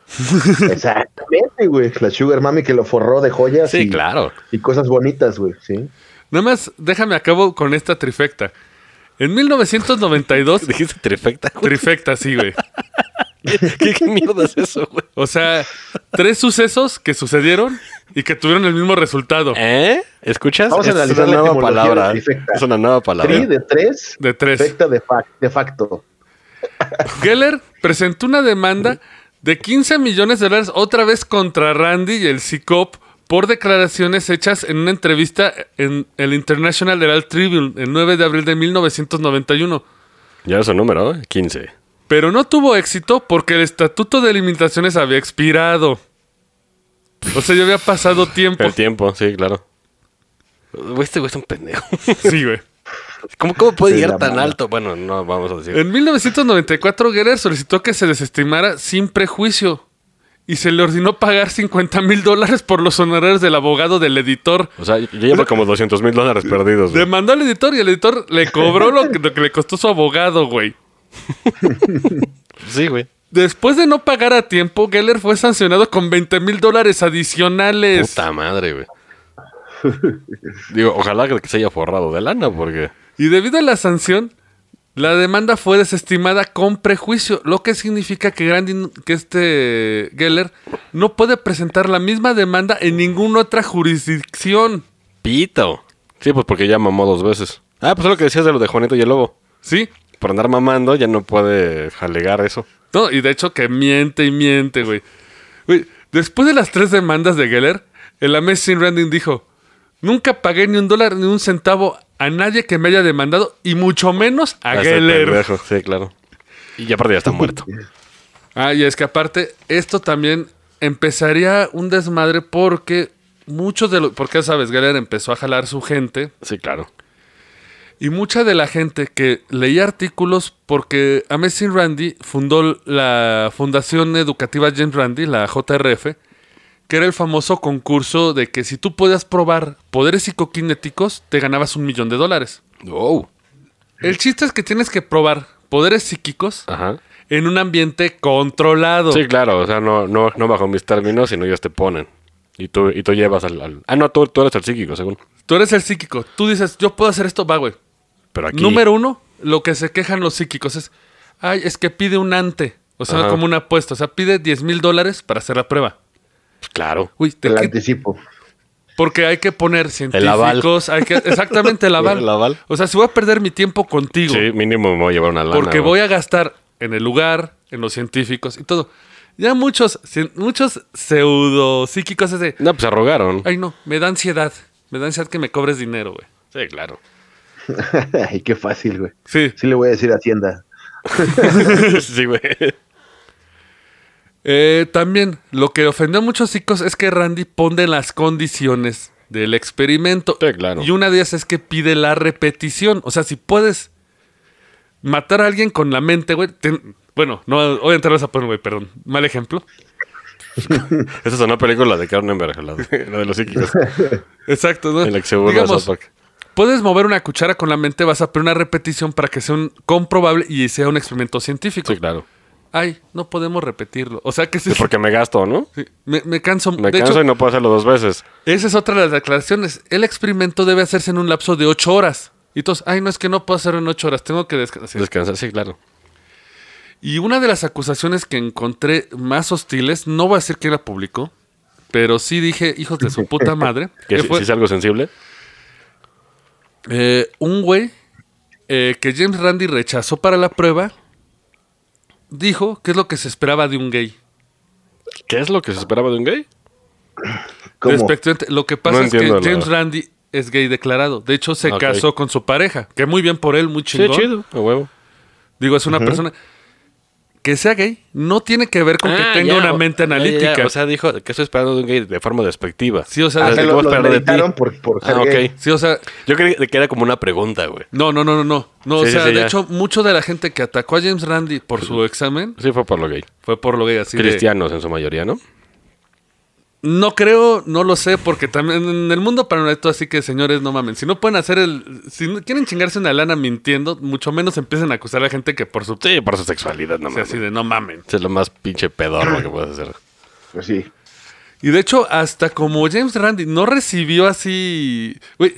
Speaker 3: [laughs] Exactamente, güey. La Sugar Mami que lo forró de joyas
Speaker 4: Sí,
Speaker 3: y, [laughs]
Speaker 4: claro.
Speaker 3: y cosas bonitas, güey. Sí.
Speaker 2: Nada más, déjame acabo con esta trifecta. En [laughs] 1992,
Speaker 4: Dijiste trifecta. güey.
Speaker 2: trifecta, sí, güey.
Speaker 4: ¿Qué, qué mierda es eso,
Speaker 3: [laughs]
Speaker 4: güey?
Speaker 2: O sea, tres sucesos que sucedieron y que tuvieron el mismo resultado.
Speaker 4: ¿Eh? ¿Escuchas?
Speaker 3: Vamos a
Speaker 4: Es
Speaker 3: analizar
Speaker 4: una
Speaker 3: la
Speaker 4: nueva
Speaker 3: etimología
Speaker 4: palabra.
Speaker 3: de trifecta.
Speaker 4: Es una nueva palabra.
Speaker 3: Tri de tres,
Speaker 2: De tres.
Speaker 3: perfecta de, fac- de facto.
Speaker 2: Geller presentó una demanda de 15 millones de dólares otra vez contra Randy y el CICOP por declaraciones hechas en una entrevista en el International Herald Tribune el 9 de abril de 1991.
Speaker 4: Ya es un número, ¿eh? 15.
Speaker 2: Pero no tuvo éxito porque el Estatuto de Limitaciones había expirado. O sea, ya había pasado tiempo.
Speaker 4: El tiempo, sí, claro. Güey, Este güey es un pendejo. [laughs]
Speaker 2: Sí, güey.
Speaker 4: ¿Cómo, cómo puede
Speaker 3: Sí,
Speaker 4: llegar
Speaker 3: la
Speaker 4: tan
Speaker 3: mano.
Speaker 4: alto? Bueno, no vamos a decir.
Speaker 2: En 1994, Geller solicitó que se desestimara sin prejuicio y se le ordenó pagar 50 mil dólares por los honorarios del abogado del editor.
Speaker 4: O sea, yo llevo como 200 mil dólares perdidos. güey.
Speaker 2: Demandó al editor y el editor le cobró lo que, lo que le costó su abogado, güey.
Speaker 4: Sí, güey.
Speaker 2: Después de no pagar a tiempo, Geller fue sancionado con 20 mil dólares adicionales.
Speaker 4: Puta
Speaker 3: [laughs]
Speaker 4: madre, güey. Digo, ojalá que se haya forrado de lana, porque.
Speaker 2: Y debido a la sanción, la demanda fue desestimada con prejuicio, lo que significa que, Grandi- que este Geller no puede presentar la misma demanda en ninguna otra jurisdicción.
Speaker 4: Pito. Sí, pues porque ya mamó dos veces. Ah, pues es lo que decías de lo de Juanito y el Lobo.
Speaker 2: ¿Sí?
Speaker 4: Por andar mamando ya no puede jalegar eso.
Speaker 2: No, y de hecho que miente y miente, güey. Güey, después de las tres demandas de Geller, el Amazing Randy dijo, nunca pagué ni un dólar ni un centavo a nadie que me haya demandado y mucho menos a
Speaker 4: Hasta el
Speaker 2: Geller.
Speaker 4: pendejo, Sí, claro. Y ya aparte ya
Speaker 3: [laughs]
Speaker 4: está muerto.
Speaker 2: Ah, y es que aparte, esto también empezaría un desmadre porque muchos de los. Porque ya sabes, Geller empezó a jalar su gente.
Speaker 4: Sí, claro.
Speaker 2: Y mucha de la gente que leía artículos, porque Amazing Randy fundó la Fundación Educativa James Randy, la JRF, que era el famoso concurso de que si tú podías probar poderes psicoquinéticos, te ganabas un millón de dólares.
Speaker 4: Wow.
Speaker 2: El chiste es que tienes que probar poderes psíquicos
Speaker 4: Ajá.
Speaker 2: en un ambiente controlado.
Speaker 4: Sí, claro. O sea, no, no, no bajo mis términos, sino ellos te ponen. Y tú, y tú llevas al, al- Ah, no, tú, tú eres el psíquico, según.
Speaker 2: Tú eres el psíquico. Tú dices, yo puedo hacer esto, va, güey.
Speaker 4: Pero aquí...
Speaker 2: Número uno, lo que se quejan los psíquicos es, ay, es que pide un ante. O sea,
Speaker 4: Ajá.
Speaker 2: como una apuesta. O sea, pide 10 mil dólares para hacer la prueba.
Speaker 4: pues, claro.
Speaker 2: Uy, te
Speaker 3: el
Speaker 2: qui-
Speaker 3: anticipo. [laughs]
Speaker 2: porque hay que poner
Speaker 4: aval.
Speaker 2: científicos, hay que exactamente el aval.
Speaker 4: [laughs] El aval.
Speaker 2: O sea, si voy a perder mi tiempo contigo,
Speaker 4: Sí, mínimo me voy a llevar una lana.
Speaker 2: porque
Speaker 4: ¿no?
Speaker 2: voy a gastar en el lugar, en los científicos y todo. Ya muchos, cien- muchos pseudo psíquicos es de,
Speaker 4: No, pues se rogaron.
Speaker 2: ay no, me da ansiedad, me da ansiedad que me cobres dinero, güey.
Speaker 4: Sí, claro. [laughs]
Speaker 3: Ay, qué fácil, güey.
Speaker 2: Sí.
Speaker 3: Sí le voy a decir a Hacienda.
Speaker 4: sí, güey.
Speaker 2: Eh, también, lo que ofendió a muchos chicos es que Randy pone las condiciones del experimento.
Speaker 4: Sí, claro.
Speaker 2: Y una de ellas es que pide la repetición. O sea, si puedes matar a alguien con la mente, güey. ten- Bueno, no, obviamente no vas a poner, güey, perdón. Mal ejemplo.
Speaker 4: Esa es una película de Cronenberg, la de, la de
Speaker 2: [laughs]
Speaker 4: los psíquicos.
Speaker 2: Exacto, ¿no?
Speaker 4: En la que se burla
Speaker 2: Digamos,
Speaker 4: South Park.
Speaker 2: Puedes mover una cuchara con la mente, vas a poner una repetición para que sea un comprobable y sea un experimento científico.
Speaker 4: Sí, claro.
Speaker 2: Ay, no podemos repetirlo. O sea que sí-
Speaker 4: Es porque me gasto, ¿no?
Speaker 2: [laughs] sí, me, me canso.
Speaker 4: Me
Speaker 2: de
Speaker 4: canso
Speaker 2: hecho,
Speaker 4: y no puedo hacerlo dos veces.
Speaker 2: Esa es otra de las declaraciones. El experimento debe hacerse en un lapso de ocho horas. Y todos, ay, no es que no puedo hacerlo en ocho horas, tengo que descansar.
Speaker 4: Descansar, sí, claro.
Speaker 2: Y una de las acusaciones que encontré más hostiles, no voy a decir quién la publicó, pero sí dije, hijos de
Speaker 4: [laughs]
Speaker 2: su puta madre,
Speaker 4: Que
Speaker 2: que
Speaker 4: si,
Speaker 2: fue
Speaker 4: si es algo sensible.
Speaker 2: eh, un güey eh, que James Randi rechazó para la prueba, dijo que es lo que se esperaba de un gay.
Speaker 4: ¿Qué es lo que se esperaba de un gay?
Speaker 3: ¿Cómo?
Speaker 2: Respectivamente, lo que pasa
Speaker 4: No
Speaker 2: es que
Speaker 4: entiendo la-
Speaker 2: James Randi es gay declarado. De hecho, se
Speaker 4: Ok.
Speaker 2: casó con su pareja, que muy bien por él, muy chingón.
Speaker 4: Sí, chido. A huevo.
Speaker 2: Digo, es una persona que sea gay, no tiene que ver con que tenga una mente analítica.
Speaker 4: Ah, O sea, dijo que estoy esperando de un gay de forma despectiva.
Speaker 2: Sí, o sea,
Speaker 4: Ah,
Speaker 2: de-
Speaker 4: ¿qué
Speaker 3: Ajá,
Speaker 4: puedo
Speaker 3: lo, lo
Speaker 4: esperar de ti?
Speaker 3: meditaron por, por ser
Speaker 4: Ah,
Speaker 3: gay.
Speaker 4: ok.
Speaker 2: sí, o sea,
Speaker 4: Yo creí que era como una pregunta, güey.
Speaker 2: no, no, no, no, no. No,
Speaker 4: Sí,
Speaker 2: o
Speaker 4: sí,
Speaker 2: sea,
Speaker 4: sí,
Speaker 2: de
Speaker 4: ya.
Speaker 2: hecho, mucho de la gente que atacó a James Randi por su examen
Speaker 4: Sí, fue por lo gay.
Speaker 2: fue por lo gay, así de-
Speaker 4: Cristianos en su mayoría, ¿no?
Speaker 2: no creo, no lo sé, porque también en el mundo paranormal, así que señores, no mamen. Si no pueden hacer el. Si no- quieren chingarse una lana mintiendo, mucho menos empiecen a acusar a la gente que por su.
Speaker 4: Sí, por su sexualidad, no
Speaker 2: o sea,
Speaker 4: mames.
Speaker 2: así de no mamen.
Speaker 4: Es lo más pinche pedorro que puedes hacer.
Speaker 3: Pues sí.
Speaker 2: Y de hecho, hasta como James Randy no recibió así. Güey,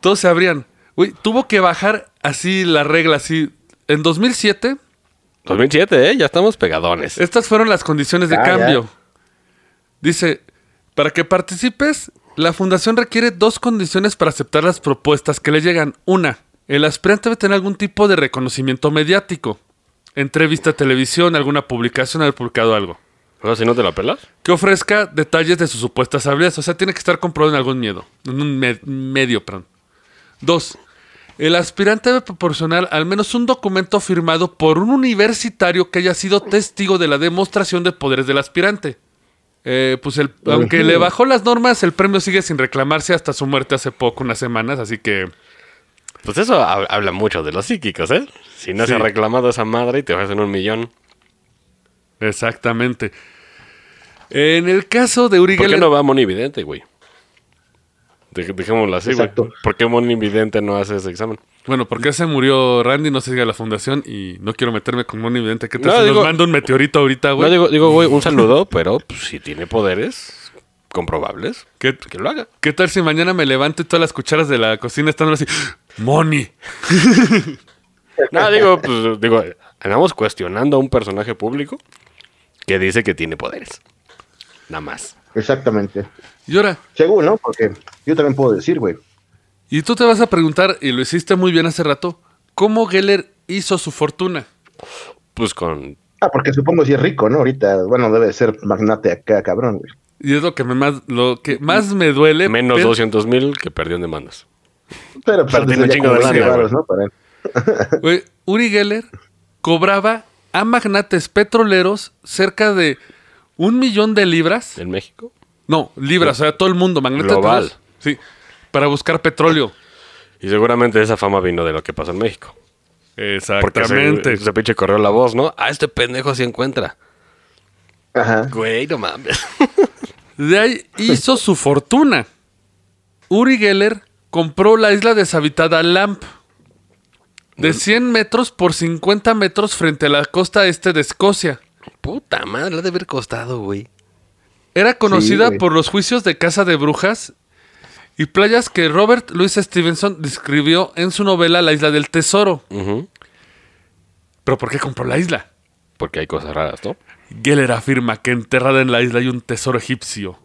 Speaker 2: todos se abrían. Güey, tuvo que bajar así la regla, así. En 2007,
Speaker 4: 2007, ¿eh? Ya estamos pegadones.
Speaker 2: estas fueron las condiciones de
Speaker 3: Ah, ya.
Speaker 2: cambio. Dice: para que participes, la fundación requiere dos condiciones para aceptar las propuestas que le llegan. Una, el aspirante debe tener algún tipo de reconocimiento mediático. Entrevista a televisión, alguna publicación, haber publicado algo.
Speaker 4: Ahora, si no te la pelas.
Speaker 2: que ofrezca detalles de sus supuestas habilidades. O sea, tiene que estar comprobado en algún miedo. En un me- medio, perdón. Dos. El aspirante debe proporcionar al menos un documento firmado por un universitario que haya sido testigo de la demostración de poderes del aspirante. Eh, pues el- aunque le bajó las normas, el premio sigue sin reclamarse hasta su muerte hace poco, unas semanas, así que...
Speaker 4: Pues eso hab- habla mucho de los psíquicos, ¿eh? Si no se ha
Speaker 2: Sí.
Speaker 4: reclamado esa madre y te ofrecen un millón.
Speaker 2: Exactamente. En el caso de Uri
Speaker 4: ¿Por qué
Speaker 2: Geller-
Speaker 4: no va Monividente, güey? Dej- dejémoslo así, güey.
Speaker 3: Exacto.
Speaker 4: ¿Por qué Monividente no hace ese examen?
Speaker 2: Bueno, porque se murió Randy, no se diga la fundación y no quiero meterme con Moni Vidente. ¿Qué tal
Speaker 4: No,
Speaker 2: si
Speaker 4: digo-
Speaker 2: nos manda un meteorito ahorita,
Speaker 4: No,
Speaker 2: güey?
Speaker 4: digo, digo, güey, un saludo, pero pues, si tiene poderes comprobables, pues,
Speaker 2: ¿Qué,
Speaker 4: que lo haga.
Speaker 2: qué tal si mañana me levanto y todas las cucharas de la cocina están así? ¡Moni!
Speaker 4: [laughs] No, digo, pues, digo, andamos cuestionando a un personaje público que dice que tiene poderes. Nada más.
Speaker 3: Exactamente.
Speaker 2: Y ahora,
Speaker 3: Según, ¿no? Porque yo también puedo decir, güey.
Speaker 2: y tú te vas a preguntar, y lo hiciste muy bien hace rato, ¿cómo Geller hizo su fortuna?
Speaker 4: Pues con.
Speaker 3: Ah, porque supongo si es rico, ¿no? Ahorita, bueno, debe de ser magnate acá, cabrón, güey.
Speaker 2: Y es lo que me más, lo que más me duele.
Speaker 4: Menos
Speaker 2: pero-
Speaker 4: 200 mil que perdió en demandas.
Speaker 3: Pero pues
Speaker 4: Pero
Speaker 3: antes
Speaker 4: tiene un
Speaker 3: ya
Speaker 4: chingo
Speaker 3: como
Speaker 4: de
Speaker 3: 20
Speaker 4: lana,
Speaker 3: varos,
Speaker 4: güey.
Speaker 3: ¿no? Para él.
Speaker 2: Güey, Uri Geller cobraba a magnates petroleros cerca de un millón de libras.
Speaker 4: En México.
Speaker 2: No, libras, o sea, todo el mundo, magnetas
Speaker 4: Global.
Speaker 2: todos. Sí, para buscar petróleo.
Speaker 4: Y seguramente esa fama vino de lo que pasó en México. Porque se,
Speaker 2: Exactamente.
Speaker 4: se pinche corrió la voz, ¿no? Ah, este pendejo se encuentra.
Speaker 3: Ajá.
Speaker 4: Güey, no mames. [laughs]
Speaker 2: De ahí hizo su fortuna. Uri Geller compró la isla deshabitada Lamp. De 100 metros por 50 metros frente a la costa este de Escocia.
Speaker 4: Puta madre, le ha de haber costado, güey.
Speaker 2: Era conocida
Speaker 3: güey.
Speaker 2: por los juicios de caza de brujas y playas que Robert Louis Stevenson describió en su novela La isla del tesoro.
Speaker 4: Ujú.
Speaker 2: ¿Pero por qué compró la isla?
Speaker 4: Porque hay cosas raras, ¿no?
Speaker 2: Geller afirma que enterrada en la isla hay un tesoro egipcio,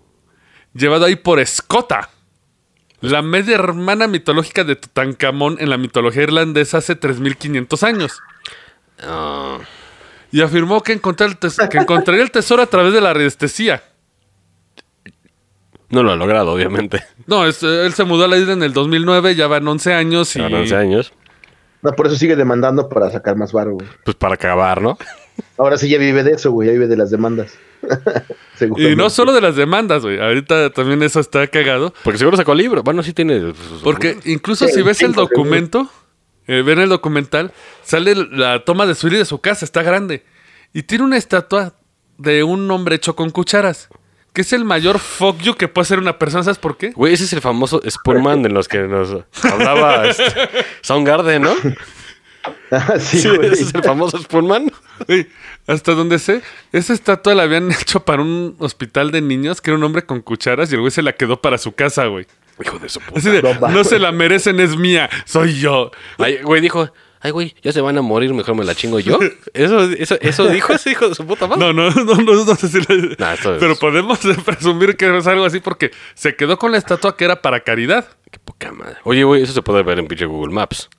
Speaker 2: llevado ahí por Escota, la media hermana mitológica de Tutankamón en la mitología irlandesa hace 3500 años.
Speaker 4: Ah,
Speaker 2: Y afirmó que, encontrar el tes- que encontraría el tesoro a través de la radiestesia.
Speaker 4: no lo ha logrado, obviamente.
Speaker 2: No, es- él se mudó a la isla en el 2009, ya van 11 años y...
Speaker 4: A 11 años.
Speaker 3: No, por eso sigue demandando para sacar más varo, güey.
Speaker 4: Pues para acabar, ¿no?
Speaker 3: Ahora sí ya vive de eso, güey, ya vive de las demandas. [laughs]
Speaker 2: Y no
Speaker 3: Seguramente.
Speaker 2: solo de las demandas, güey. Ahorita también eso está cagado.
Speaker 4: Porque seguro sacó libro. Bueno, sí tiene.
Speaker 2: Porque incluso
Speaker 3: Sí,
Speaker 2: si ves el
Speaker 3: cinco, seguro.
Speaker 2: documento, eh, ven el documental, sale la toma de su ir y de su casa, está grande. Y tiene una estatua de un hombre hecho con cucharas, que es el mayor fuck you que puede hacer una persona. ¿Sabes por qué?
Speaker 4: Güey, ese es el famoso Spoonman de los que nos hablaba este, Soundgarden, ¿no?
Speaker 3: [laughs] Ah, sí,
Speaker 4: Sí,
Speaker 3: güey.
Speaker 4: ese es el famoso Spoonman.
Speaker 2: Güey, hasta donde sé, esa estatua la habían [laughs] hecho para un hospital de niños, que era un hombre con cucharas, y el güey se la quedó para su casa, güey.
Speaker 4: Hijo de su puta.
Speaker 2: Así de,
Speaker 3: No mames.
Speaker 2: no se la merecen, es mía, soy yo.
Speaker 4: Ay, güey dijo, ay, güey, ya se van a morir, mejor me la chingo yo. Eso, eso, eso dijo ese hijo de su puta madre.
Speaker 2: [laughs] No, no, no, no, no sé si la-
Speaker 4: Nah, esto es-
Speaker 2: Pero podemos [laughs] presumir que es algo así porque se quedó con la estatua que era para caridad.
Speaker 4: Qué poca madre. Oye, güey, eso se puede ver en pinche Google Maps.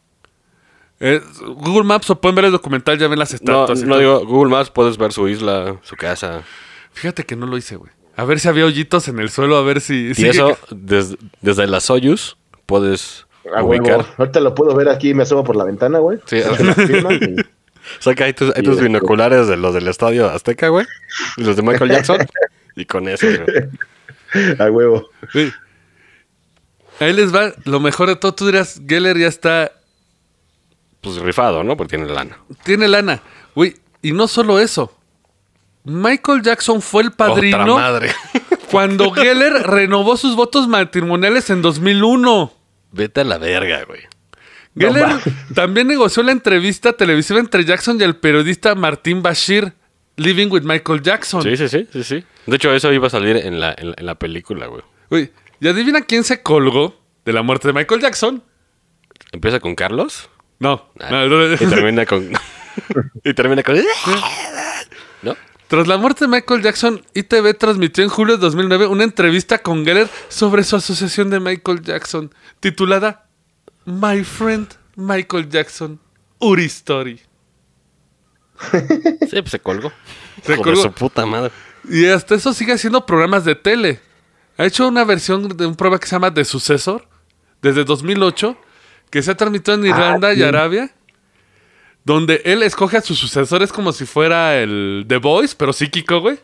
Speaker 2: Eh, Google Maps o pueden ver el documental, ya ven las
Speaker 4: No,
Speaker 2: estatuas. y
Speaker 4: no
Speaker 2: todo.
Speaker 4: digo, Google Maps puedes ver su isla, su casa.
Speaker 2: Fíjate que no lo hice, güey. A ver si había hoyitos en el suelo, a ver si.
Speaker 4: Y eso, des- desde la Soyuz, puedes
Speaker 3: A huevo.
Speaker 4: ubicar.
Speaker 3: Ahorita lo puedo ver aquí, me asomo por la ventana, güey.
Speaker 4: Sí.
Speaker 3: Saco la firma y-
Speaker 4: [laughs] Saca ahí tus, ahí tus
Speaker 3: Sí,
Speaker 4: binoculares de los del estadio Azteca, güey. Y los de Michael Jackson. y con eso, güey.
Speaker 3: a huevo.
Speaker 2: Güey. Ahí les va lo mejor de todo. Tú dirás, Geller ya está.
Speaker 4: Pues rifado, ¿no? Porque tiene lana.
Speaker 2: Tiene lana. Güey, y no solo eso. Michael Jackson fue el
Speaker 4: Otra
Speaker 2: padrino
Speaker 4: madre.
Speaker 2: cuando Geller renovó sus votos matrimoniales en 2001.
Speaker 4: [laughs] Vete a la verga, güey.
Speaker 2: Geller
Speaker 4: [laughs]
Speaker 3: mames.
Speaker 2: también negoció la entrevista televisiva entre Jackson y el periodista Martín Bashir, Living with Michael Jackson.
Speaker 4: Sí, sí, sí, sí, sí. De hecho, eso iba a salir en la, en la, en la película, güey.
Speaker 2: Uy, ¿y adivina quién se colgó de la muerte de Michael Jackson?
Speaker 4: Empieza con Carlos
Speaker 2: No.
Speaker 4: Ah.
Speaker 2: no, no, no.
Speaker 4: y termina con. [laughs] y termina con. ¿No?
Speaker 2: [laughs] Tras la muerte de Michael Jackson, ITV transmitió en julio de 2009 una entrevista con Geller sobre su asociación de Michael Jackson, titulada My Friend Michael Jackson, Uri Story.
Speaker 4: Sí, pues se colgó.
Speaker 2: Se
Speaker 4: Hijo de
Speaker 2: colgó.
Speaker 4: su puta madre.
Speaker 2: Y hasta eso sigue haciendo programas de tele. Ha hecho una versión de un programa que se llama The Successor, desde 2008, que se ha transmitido
Speaker 4: Ah,
Speaker 2: en Irlanda y Arabia, donde él escoge a sus sucesores como si fuera el The Voice, pero psíquico, güey.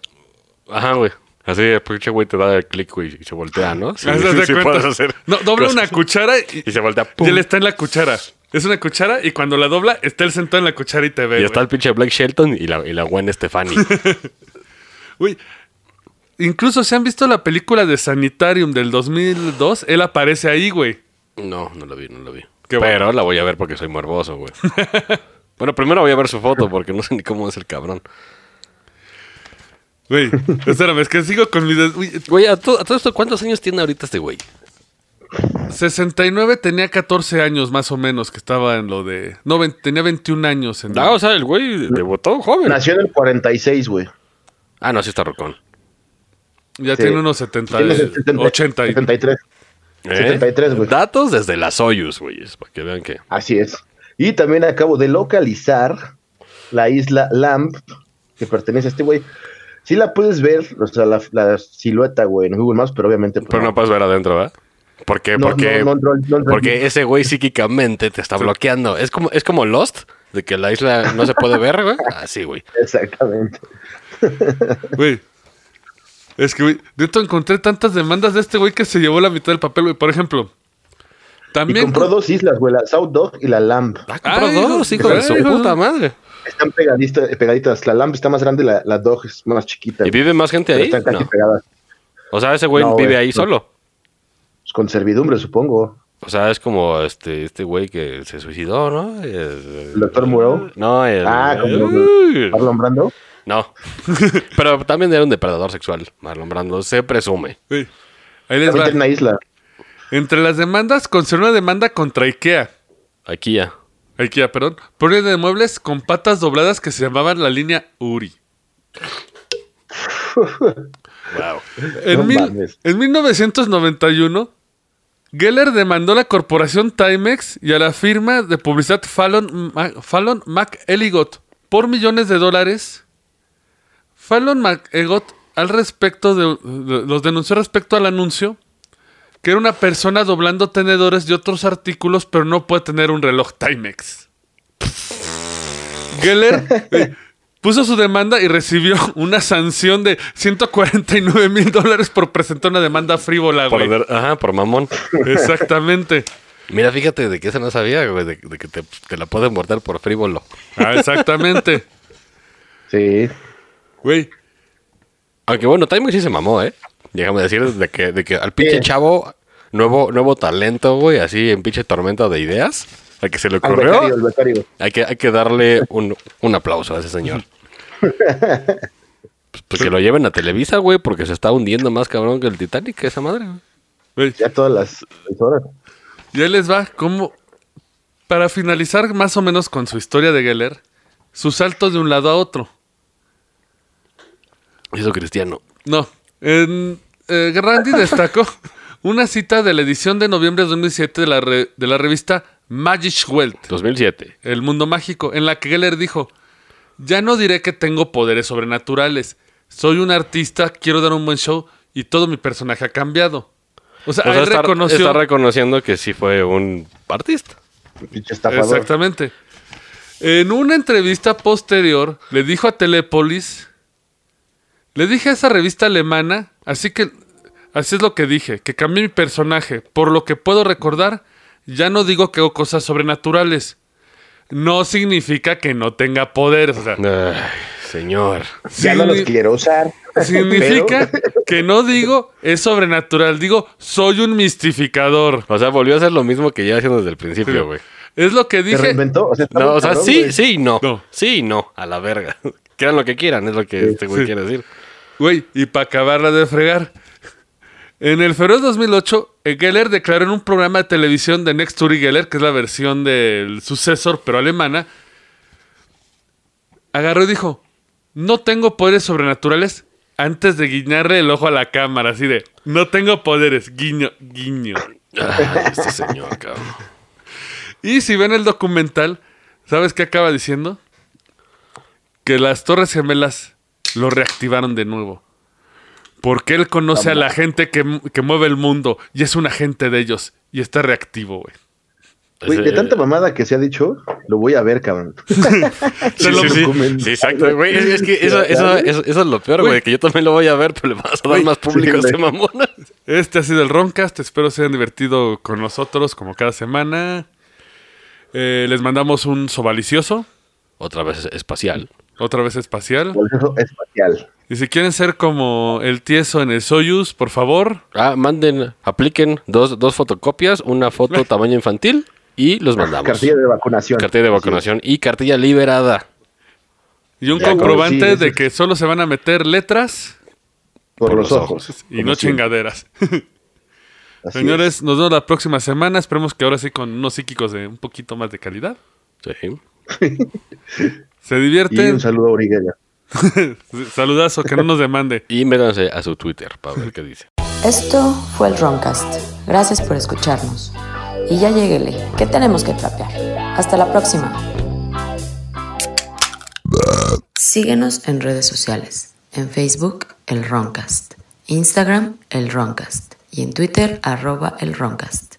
Speaker 4: Ajá, güey. Así, el pinche güey te da el clic, güey, y se voltea, ¿no? Sí,
Speaker 2: Haz de
Speaker 4: sí, sí
Speaker 2: cuenta.
Speaker 4: puedes hacer
Speaker 2: no, dobla
Speaker 4: cosas.
Speaker 2: una cuchara y,
Speaker 4: Y se voltea,
Speaker 2: y
Speaker 4: pum.
Speaker 2: él está en la cuchara. Es una cuchara y cuando la dobla, está él sentado en la cuchara y te ve.
Speaker 4: Y
Speaker 2: güey.
Speaker 4: está el pinche Black Shelton y la, y la Gwen [laughs] Stefani.
Speaker 2: Uy, incluso si han visto la película de Sanitarium del 2002, él aparece ahí, güey.
Speaker 4: No, no lo vi, no lo vi.
Speaker 2: Qué bueno.
Speaker 4: Pero la voy a ver porque soy morboso, [laughs] güey. bueno, primero voy a ver su foto porque no sé ni cómo es el cabrón.
Speaker 2: Güey, [laughs] espérame, es que sigo con mi... des- Uy,
Speaker 4: Güey, a, to- a todo esto, ¿cuántos años tiene ahorita este güey?
Speaker 2: 69 tenía 14 años más o menos que estaba en lo de... No, ve- tenía 21 años en...
Speaker 4: Ah, o sea, el güey debutó joven.
Speaker 3: Nació en el 46, güey.
Speaker 4: Ah, no, sí está rocón.
Speaker 2: ya
Speaker 3: sí.
Speaker 2: tiene unos 70,
Speaker 3: Tiene
Speaker 2: eh,
Speaker 3: 70,
Speaker 2: 80 y...
Speaker 3: 73.
Speaker 4: ¿Eh?
Speaker 3: 73, güey.
Speaker 4: Datos desde la Soyuz, güey. es Para que vean que...
Speaker 3: Así es. Y también acabo de localizar la isla Lamp, que pertenece a este güey. Sí la puedes ver, o sea, la, la silueta, güey, en Google Maps, pero obviamente... pues,
Speaker 4: Pero no puedes ver adentro, ¿verdad? ¿Por qué?
Speaker 3: No,
Speaker 4: Porque,
Speaker 3: no, no, no, no, no.
Speaker 4: porque ese güey psíquicamente te está bloqueando. Es como, es como Lost, de que la isla no se puede ver, güey. Así, güey.
Speaker 3: Exactamente.
Speaker 2: Güey. Es que, güey, neta encontré tantas demandas de este güey que se llevó la mitad del papel, güey. Por ejemplo,
Speaker 3: Y
Speaker 2: también...
Speaker 3: compró dos islas, güey, la South Dog y la Lamp.
Speaker 4: Ah, compró
Speaker 2: Ay,
Speaker 4: dos,
Speaker 2: hijo-
Speaker 4: hijo de
Speaker 2: ay,
Speaker 4: su
Speaker 2: hijo de-
Speaker 4: puta madre.
Speaker 3: Están pegadista- pegaditas. La Lamp está más grande y la, la Dog es más chiquita.
Speaker 4: ¿Y vive más gente
Speaker 3: pero
Speaker 4: ahí?
Speaker 3: Están casi
Speaker 4: No.
Speaker 3: pegadas.
Speaker 4: O sea, ese güey
Speaker 3: No,
Speaker 4: vive
Speaker 3: güey,
Speaker 4: ahí
Speaker 3: no.
Speaker 4: solo.
Speaker 3: Pues con servidumbre, supongo.
Speaker 4: O sea, es como este este güey que se suicidó, ¿no? El,
Speaker 3: El doctor Moreau.
Speaker 4: No, el...
Speaker 3: Ah, como
Speaker 4: Uy.
Speaker 3: Marlon Brando.
Speaker 4: No. [laughs] Pero también era un depredador sexual, Marlon Brando. Se presume.
Speaker 2: Güey, Ahí les
Speaker 3: También
Speaker 2: va.
Speaker 3: tiene una isla.
Speaker 2: Entre las demandas, consideró una demanda contra IKEA.
Speaker 4: Aquí ya.
Speaker 2: IKEA, perdón. Por una de muebles con patas dobladas que se llamaban la línea Uri.
Speaker 4: Wow.
Speaker 2: En,
Speaker 3: No
Speaker 2: mil-
Speaker 3: mames.
Speaker 2: en 1991, Geller demandó a la corporación Timex y a la firma de publicidad Fallon, Ma- Fallon McEligot por millones de dólares. Fallon McEligot al respecto de- de- los denunció respecto al anuncio que era una persona doblando tenedores y otros artículos, pero no puede tener un reloj
Speaker 4: [laughs]
Speaker 2: Timex. Geller eh, puso su demanda y recibió [laughs] una sanción de 149 mil dólares por presentar una demanda frívola,
Speaker 4: Por,
Speaker 2: Ah, güey.
Speaker 4: ver- ajá, por mamón.
Speaker 2: Exactamente.
Speaker 4: Mira, fíjate de que esa no sabía, güey, de, de que te, te la pueden morder por frívolo.
Speaker 2: Ah, exactamente.
Speaker 3: Sí.
Speaker 2: Güey.
Speaker 4: Aunque bueno, Timex sí se mamó, ¿eh? Déjame decir de que, de que al pinche chavo, nuevo, nuevo talento, güey, así en pinche tormenta de ideas, al que se le
Speaker 3: Al
Speaker 4: ocurrió,
Speaker 3: becario, al becario.
Speaker 4: hay que, hay que darle un, un aplauso a
Speaker 3: [laughs]
Speaker 4: ese señor. Pues, pues que lo lleven a Televisa, güey, porque se está hundiendo más cabrón que el Titanic, esa madre, güey.
Speaker 2: güey.
Speaker 3: Ya todas las las horas.
Speaker 2: Y ahí les va, como para finalizar más o menos con su historia de Geller, su salto de un lado a otro.
Speaker 4: Hizo cristiano.
Speaker 2: No. En, eh, Randy destacó una cita de la edición de noviembre de 2007 de la, re- de la revista Magic World,
Speaker 4: 2007.
Speaker 2: El Mundo Mágico, en la que Geller dijo, ya no diré que tengo poderes sobrenaturales, soy un artista, quiero dar un buen show y todo mi personaje ha cambiado. O sea,
Speaker 4: O sea,
Speaker 2: él
Speaker 4: está,
Speaker 2: reconoció...
Speaker 4: está reconociendo que sí fue un artista.
Speaker 3: Pinche estafador.
Speaker 2: Exactamente. En una entrevista posterior, le dijo a Telepolis, le dije a esa revista alemana, así que, así es lo que dije, que cambié mi personaje, por lo que puedo recordar, ya no digo que hago cosas sobrenaturales. No significa que no tenga poderes. o sea,
Speaker 4: Ay, señor.
Speaker 3: [laughs] Ya no los
Speaker 2: signi-
Speaker 3: quiero usar. [laughs]
Speaker 2: significa
Speaker 3: Pero- [laughs]
Speaker 2: que no digo es sobrenatural, digo soy un mistificador.
Speaker 4: O sea, volvió a hacer lo mismo que ya haciendo desde el principio, güey.
Speaker 2: Es lo que
Speaker 3: ¿Se
Speaker 2: dije.
Speaker 3: reinventó? O sea, está
Speaker 4: No,
Speaker 3: muy
Speaker 4: o sea,
Speaker 3: cabrón,
Speaker 4: sí,
Speaker 3: güey.
Speaker 4: sí y no.
Speaker 2: No.
Speaker 4: Sí y no, a la verga. [laughs] Crean lo que quieran, es lo que este güey
Speaker 2: sí.
Speaker 4: quiere
Speaker 3: [laughs]
Speaker 4: decir.
Speaker 2: Güey, y para acabarla de fregar. En el febrero de 2008, eh, Geller declaró en un programa de televisión de Next Uri Geller, que es la versión del sucesor, pero alemana, agarró y dijo, no tengo poderes sobrenaturales, antes de guiñarle el ojo a la cámara, así de, no tengo poderes, guiño, guiño.
Speaker 4: Ay, este señor, cabrón.
Speaker 2: Y si ven el documental, ¿sabes qué acaba diciendo? Que las Torres Gemelas lo reactivaron de nuevo. Porque él conoce a la gente que, mu- que mueve el mundo y es un agente de ellos y está reactivo, güey.
Speaker 3: Güey, de
Speaker 4: Ese- eh,
Speaker 3: tanta mamada que se ha dicho, lo voy a ver, cabrón.
Speaker 4: [laughs] Sí,
Speaker 2: lo
Speaker 4: sí, sí.
Speaker 3: documentan.
Speaker 4: Sí, exacto, güey. Es, es que eso, eso, eso, eso es lo peor, güey.
Speaker 2: Güey.
Speaker 4: Que yo también lo voy a ver, pero le vas a dar
Speaker 2: Güey,
Speaker 4: más público a
Speaker 3: sí,
Speaker 4: este
Speaker 3: güey.
Speaker 4: mamón.
Speaker 2: Este ha sido el Roncast. Espero se hayan divertido con nosotros como cada semana. Eh, les mandamos un sobalicioso,
Speaker 4: Otra vez espacial.
Speaker 2: otra vez espacial.
Speaker 3: Por eso espacial.
Speaker 2: Y si quieren ser como el tieso en el Soyuz, por favor,
Speaker 4: Ah, manden, apliquen dos, dos fotocopias, una foto tamaño infantil y los mandamos.
Speaker 3: Cartilla de vacunación.
Speaker 4: Cartilla de vacunación y cartilla liberada.
Speaker 2: y un
Speaker 3: Ya, como
Speaker 2: comprobante
Speaker 3: sí,
Speaker 2: de
Speaker 3: eso-
Speaker 2: que solo se van a meter letras.
Speaker 3: Por, los ojos.
Speaker 2: Y no chingaderas.
Speaker 3: Así es.
Speaker 2: Señores, nos vemos la próxima semana. Esperemos que ahora sí con unos psíquicos de un poquito más de calidad.
Speaker 4: Sí.
Speaker 2: Se
Speaker 3: Y
Speaker 2: divierten.
Speaker 3: un saludo a Origuella.
Speaker 2: Saludazo, que no nos demande.
Speaker 4: Y métanse a su Twitter para ver qué dice.
Speaker 1: Esto fue el Roncast. Gracias por escucharnos. Y ya lleguele, que tenemos que trapear. Hasta la próxima. Síguenos en redes sociales. En Facebook, El Roncast. Instagram, El Roncast. Y en Twitter, arroba El Roncast.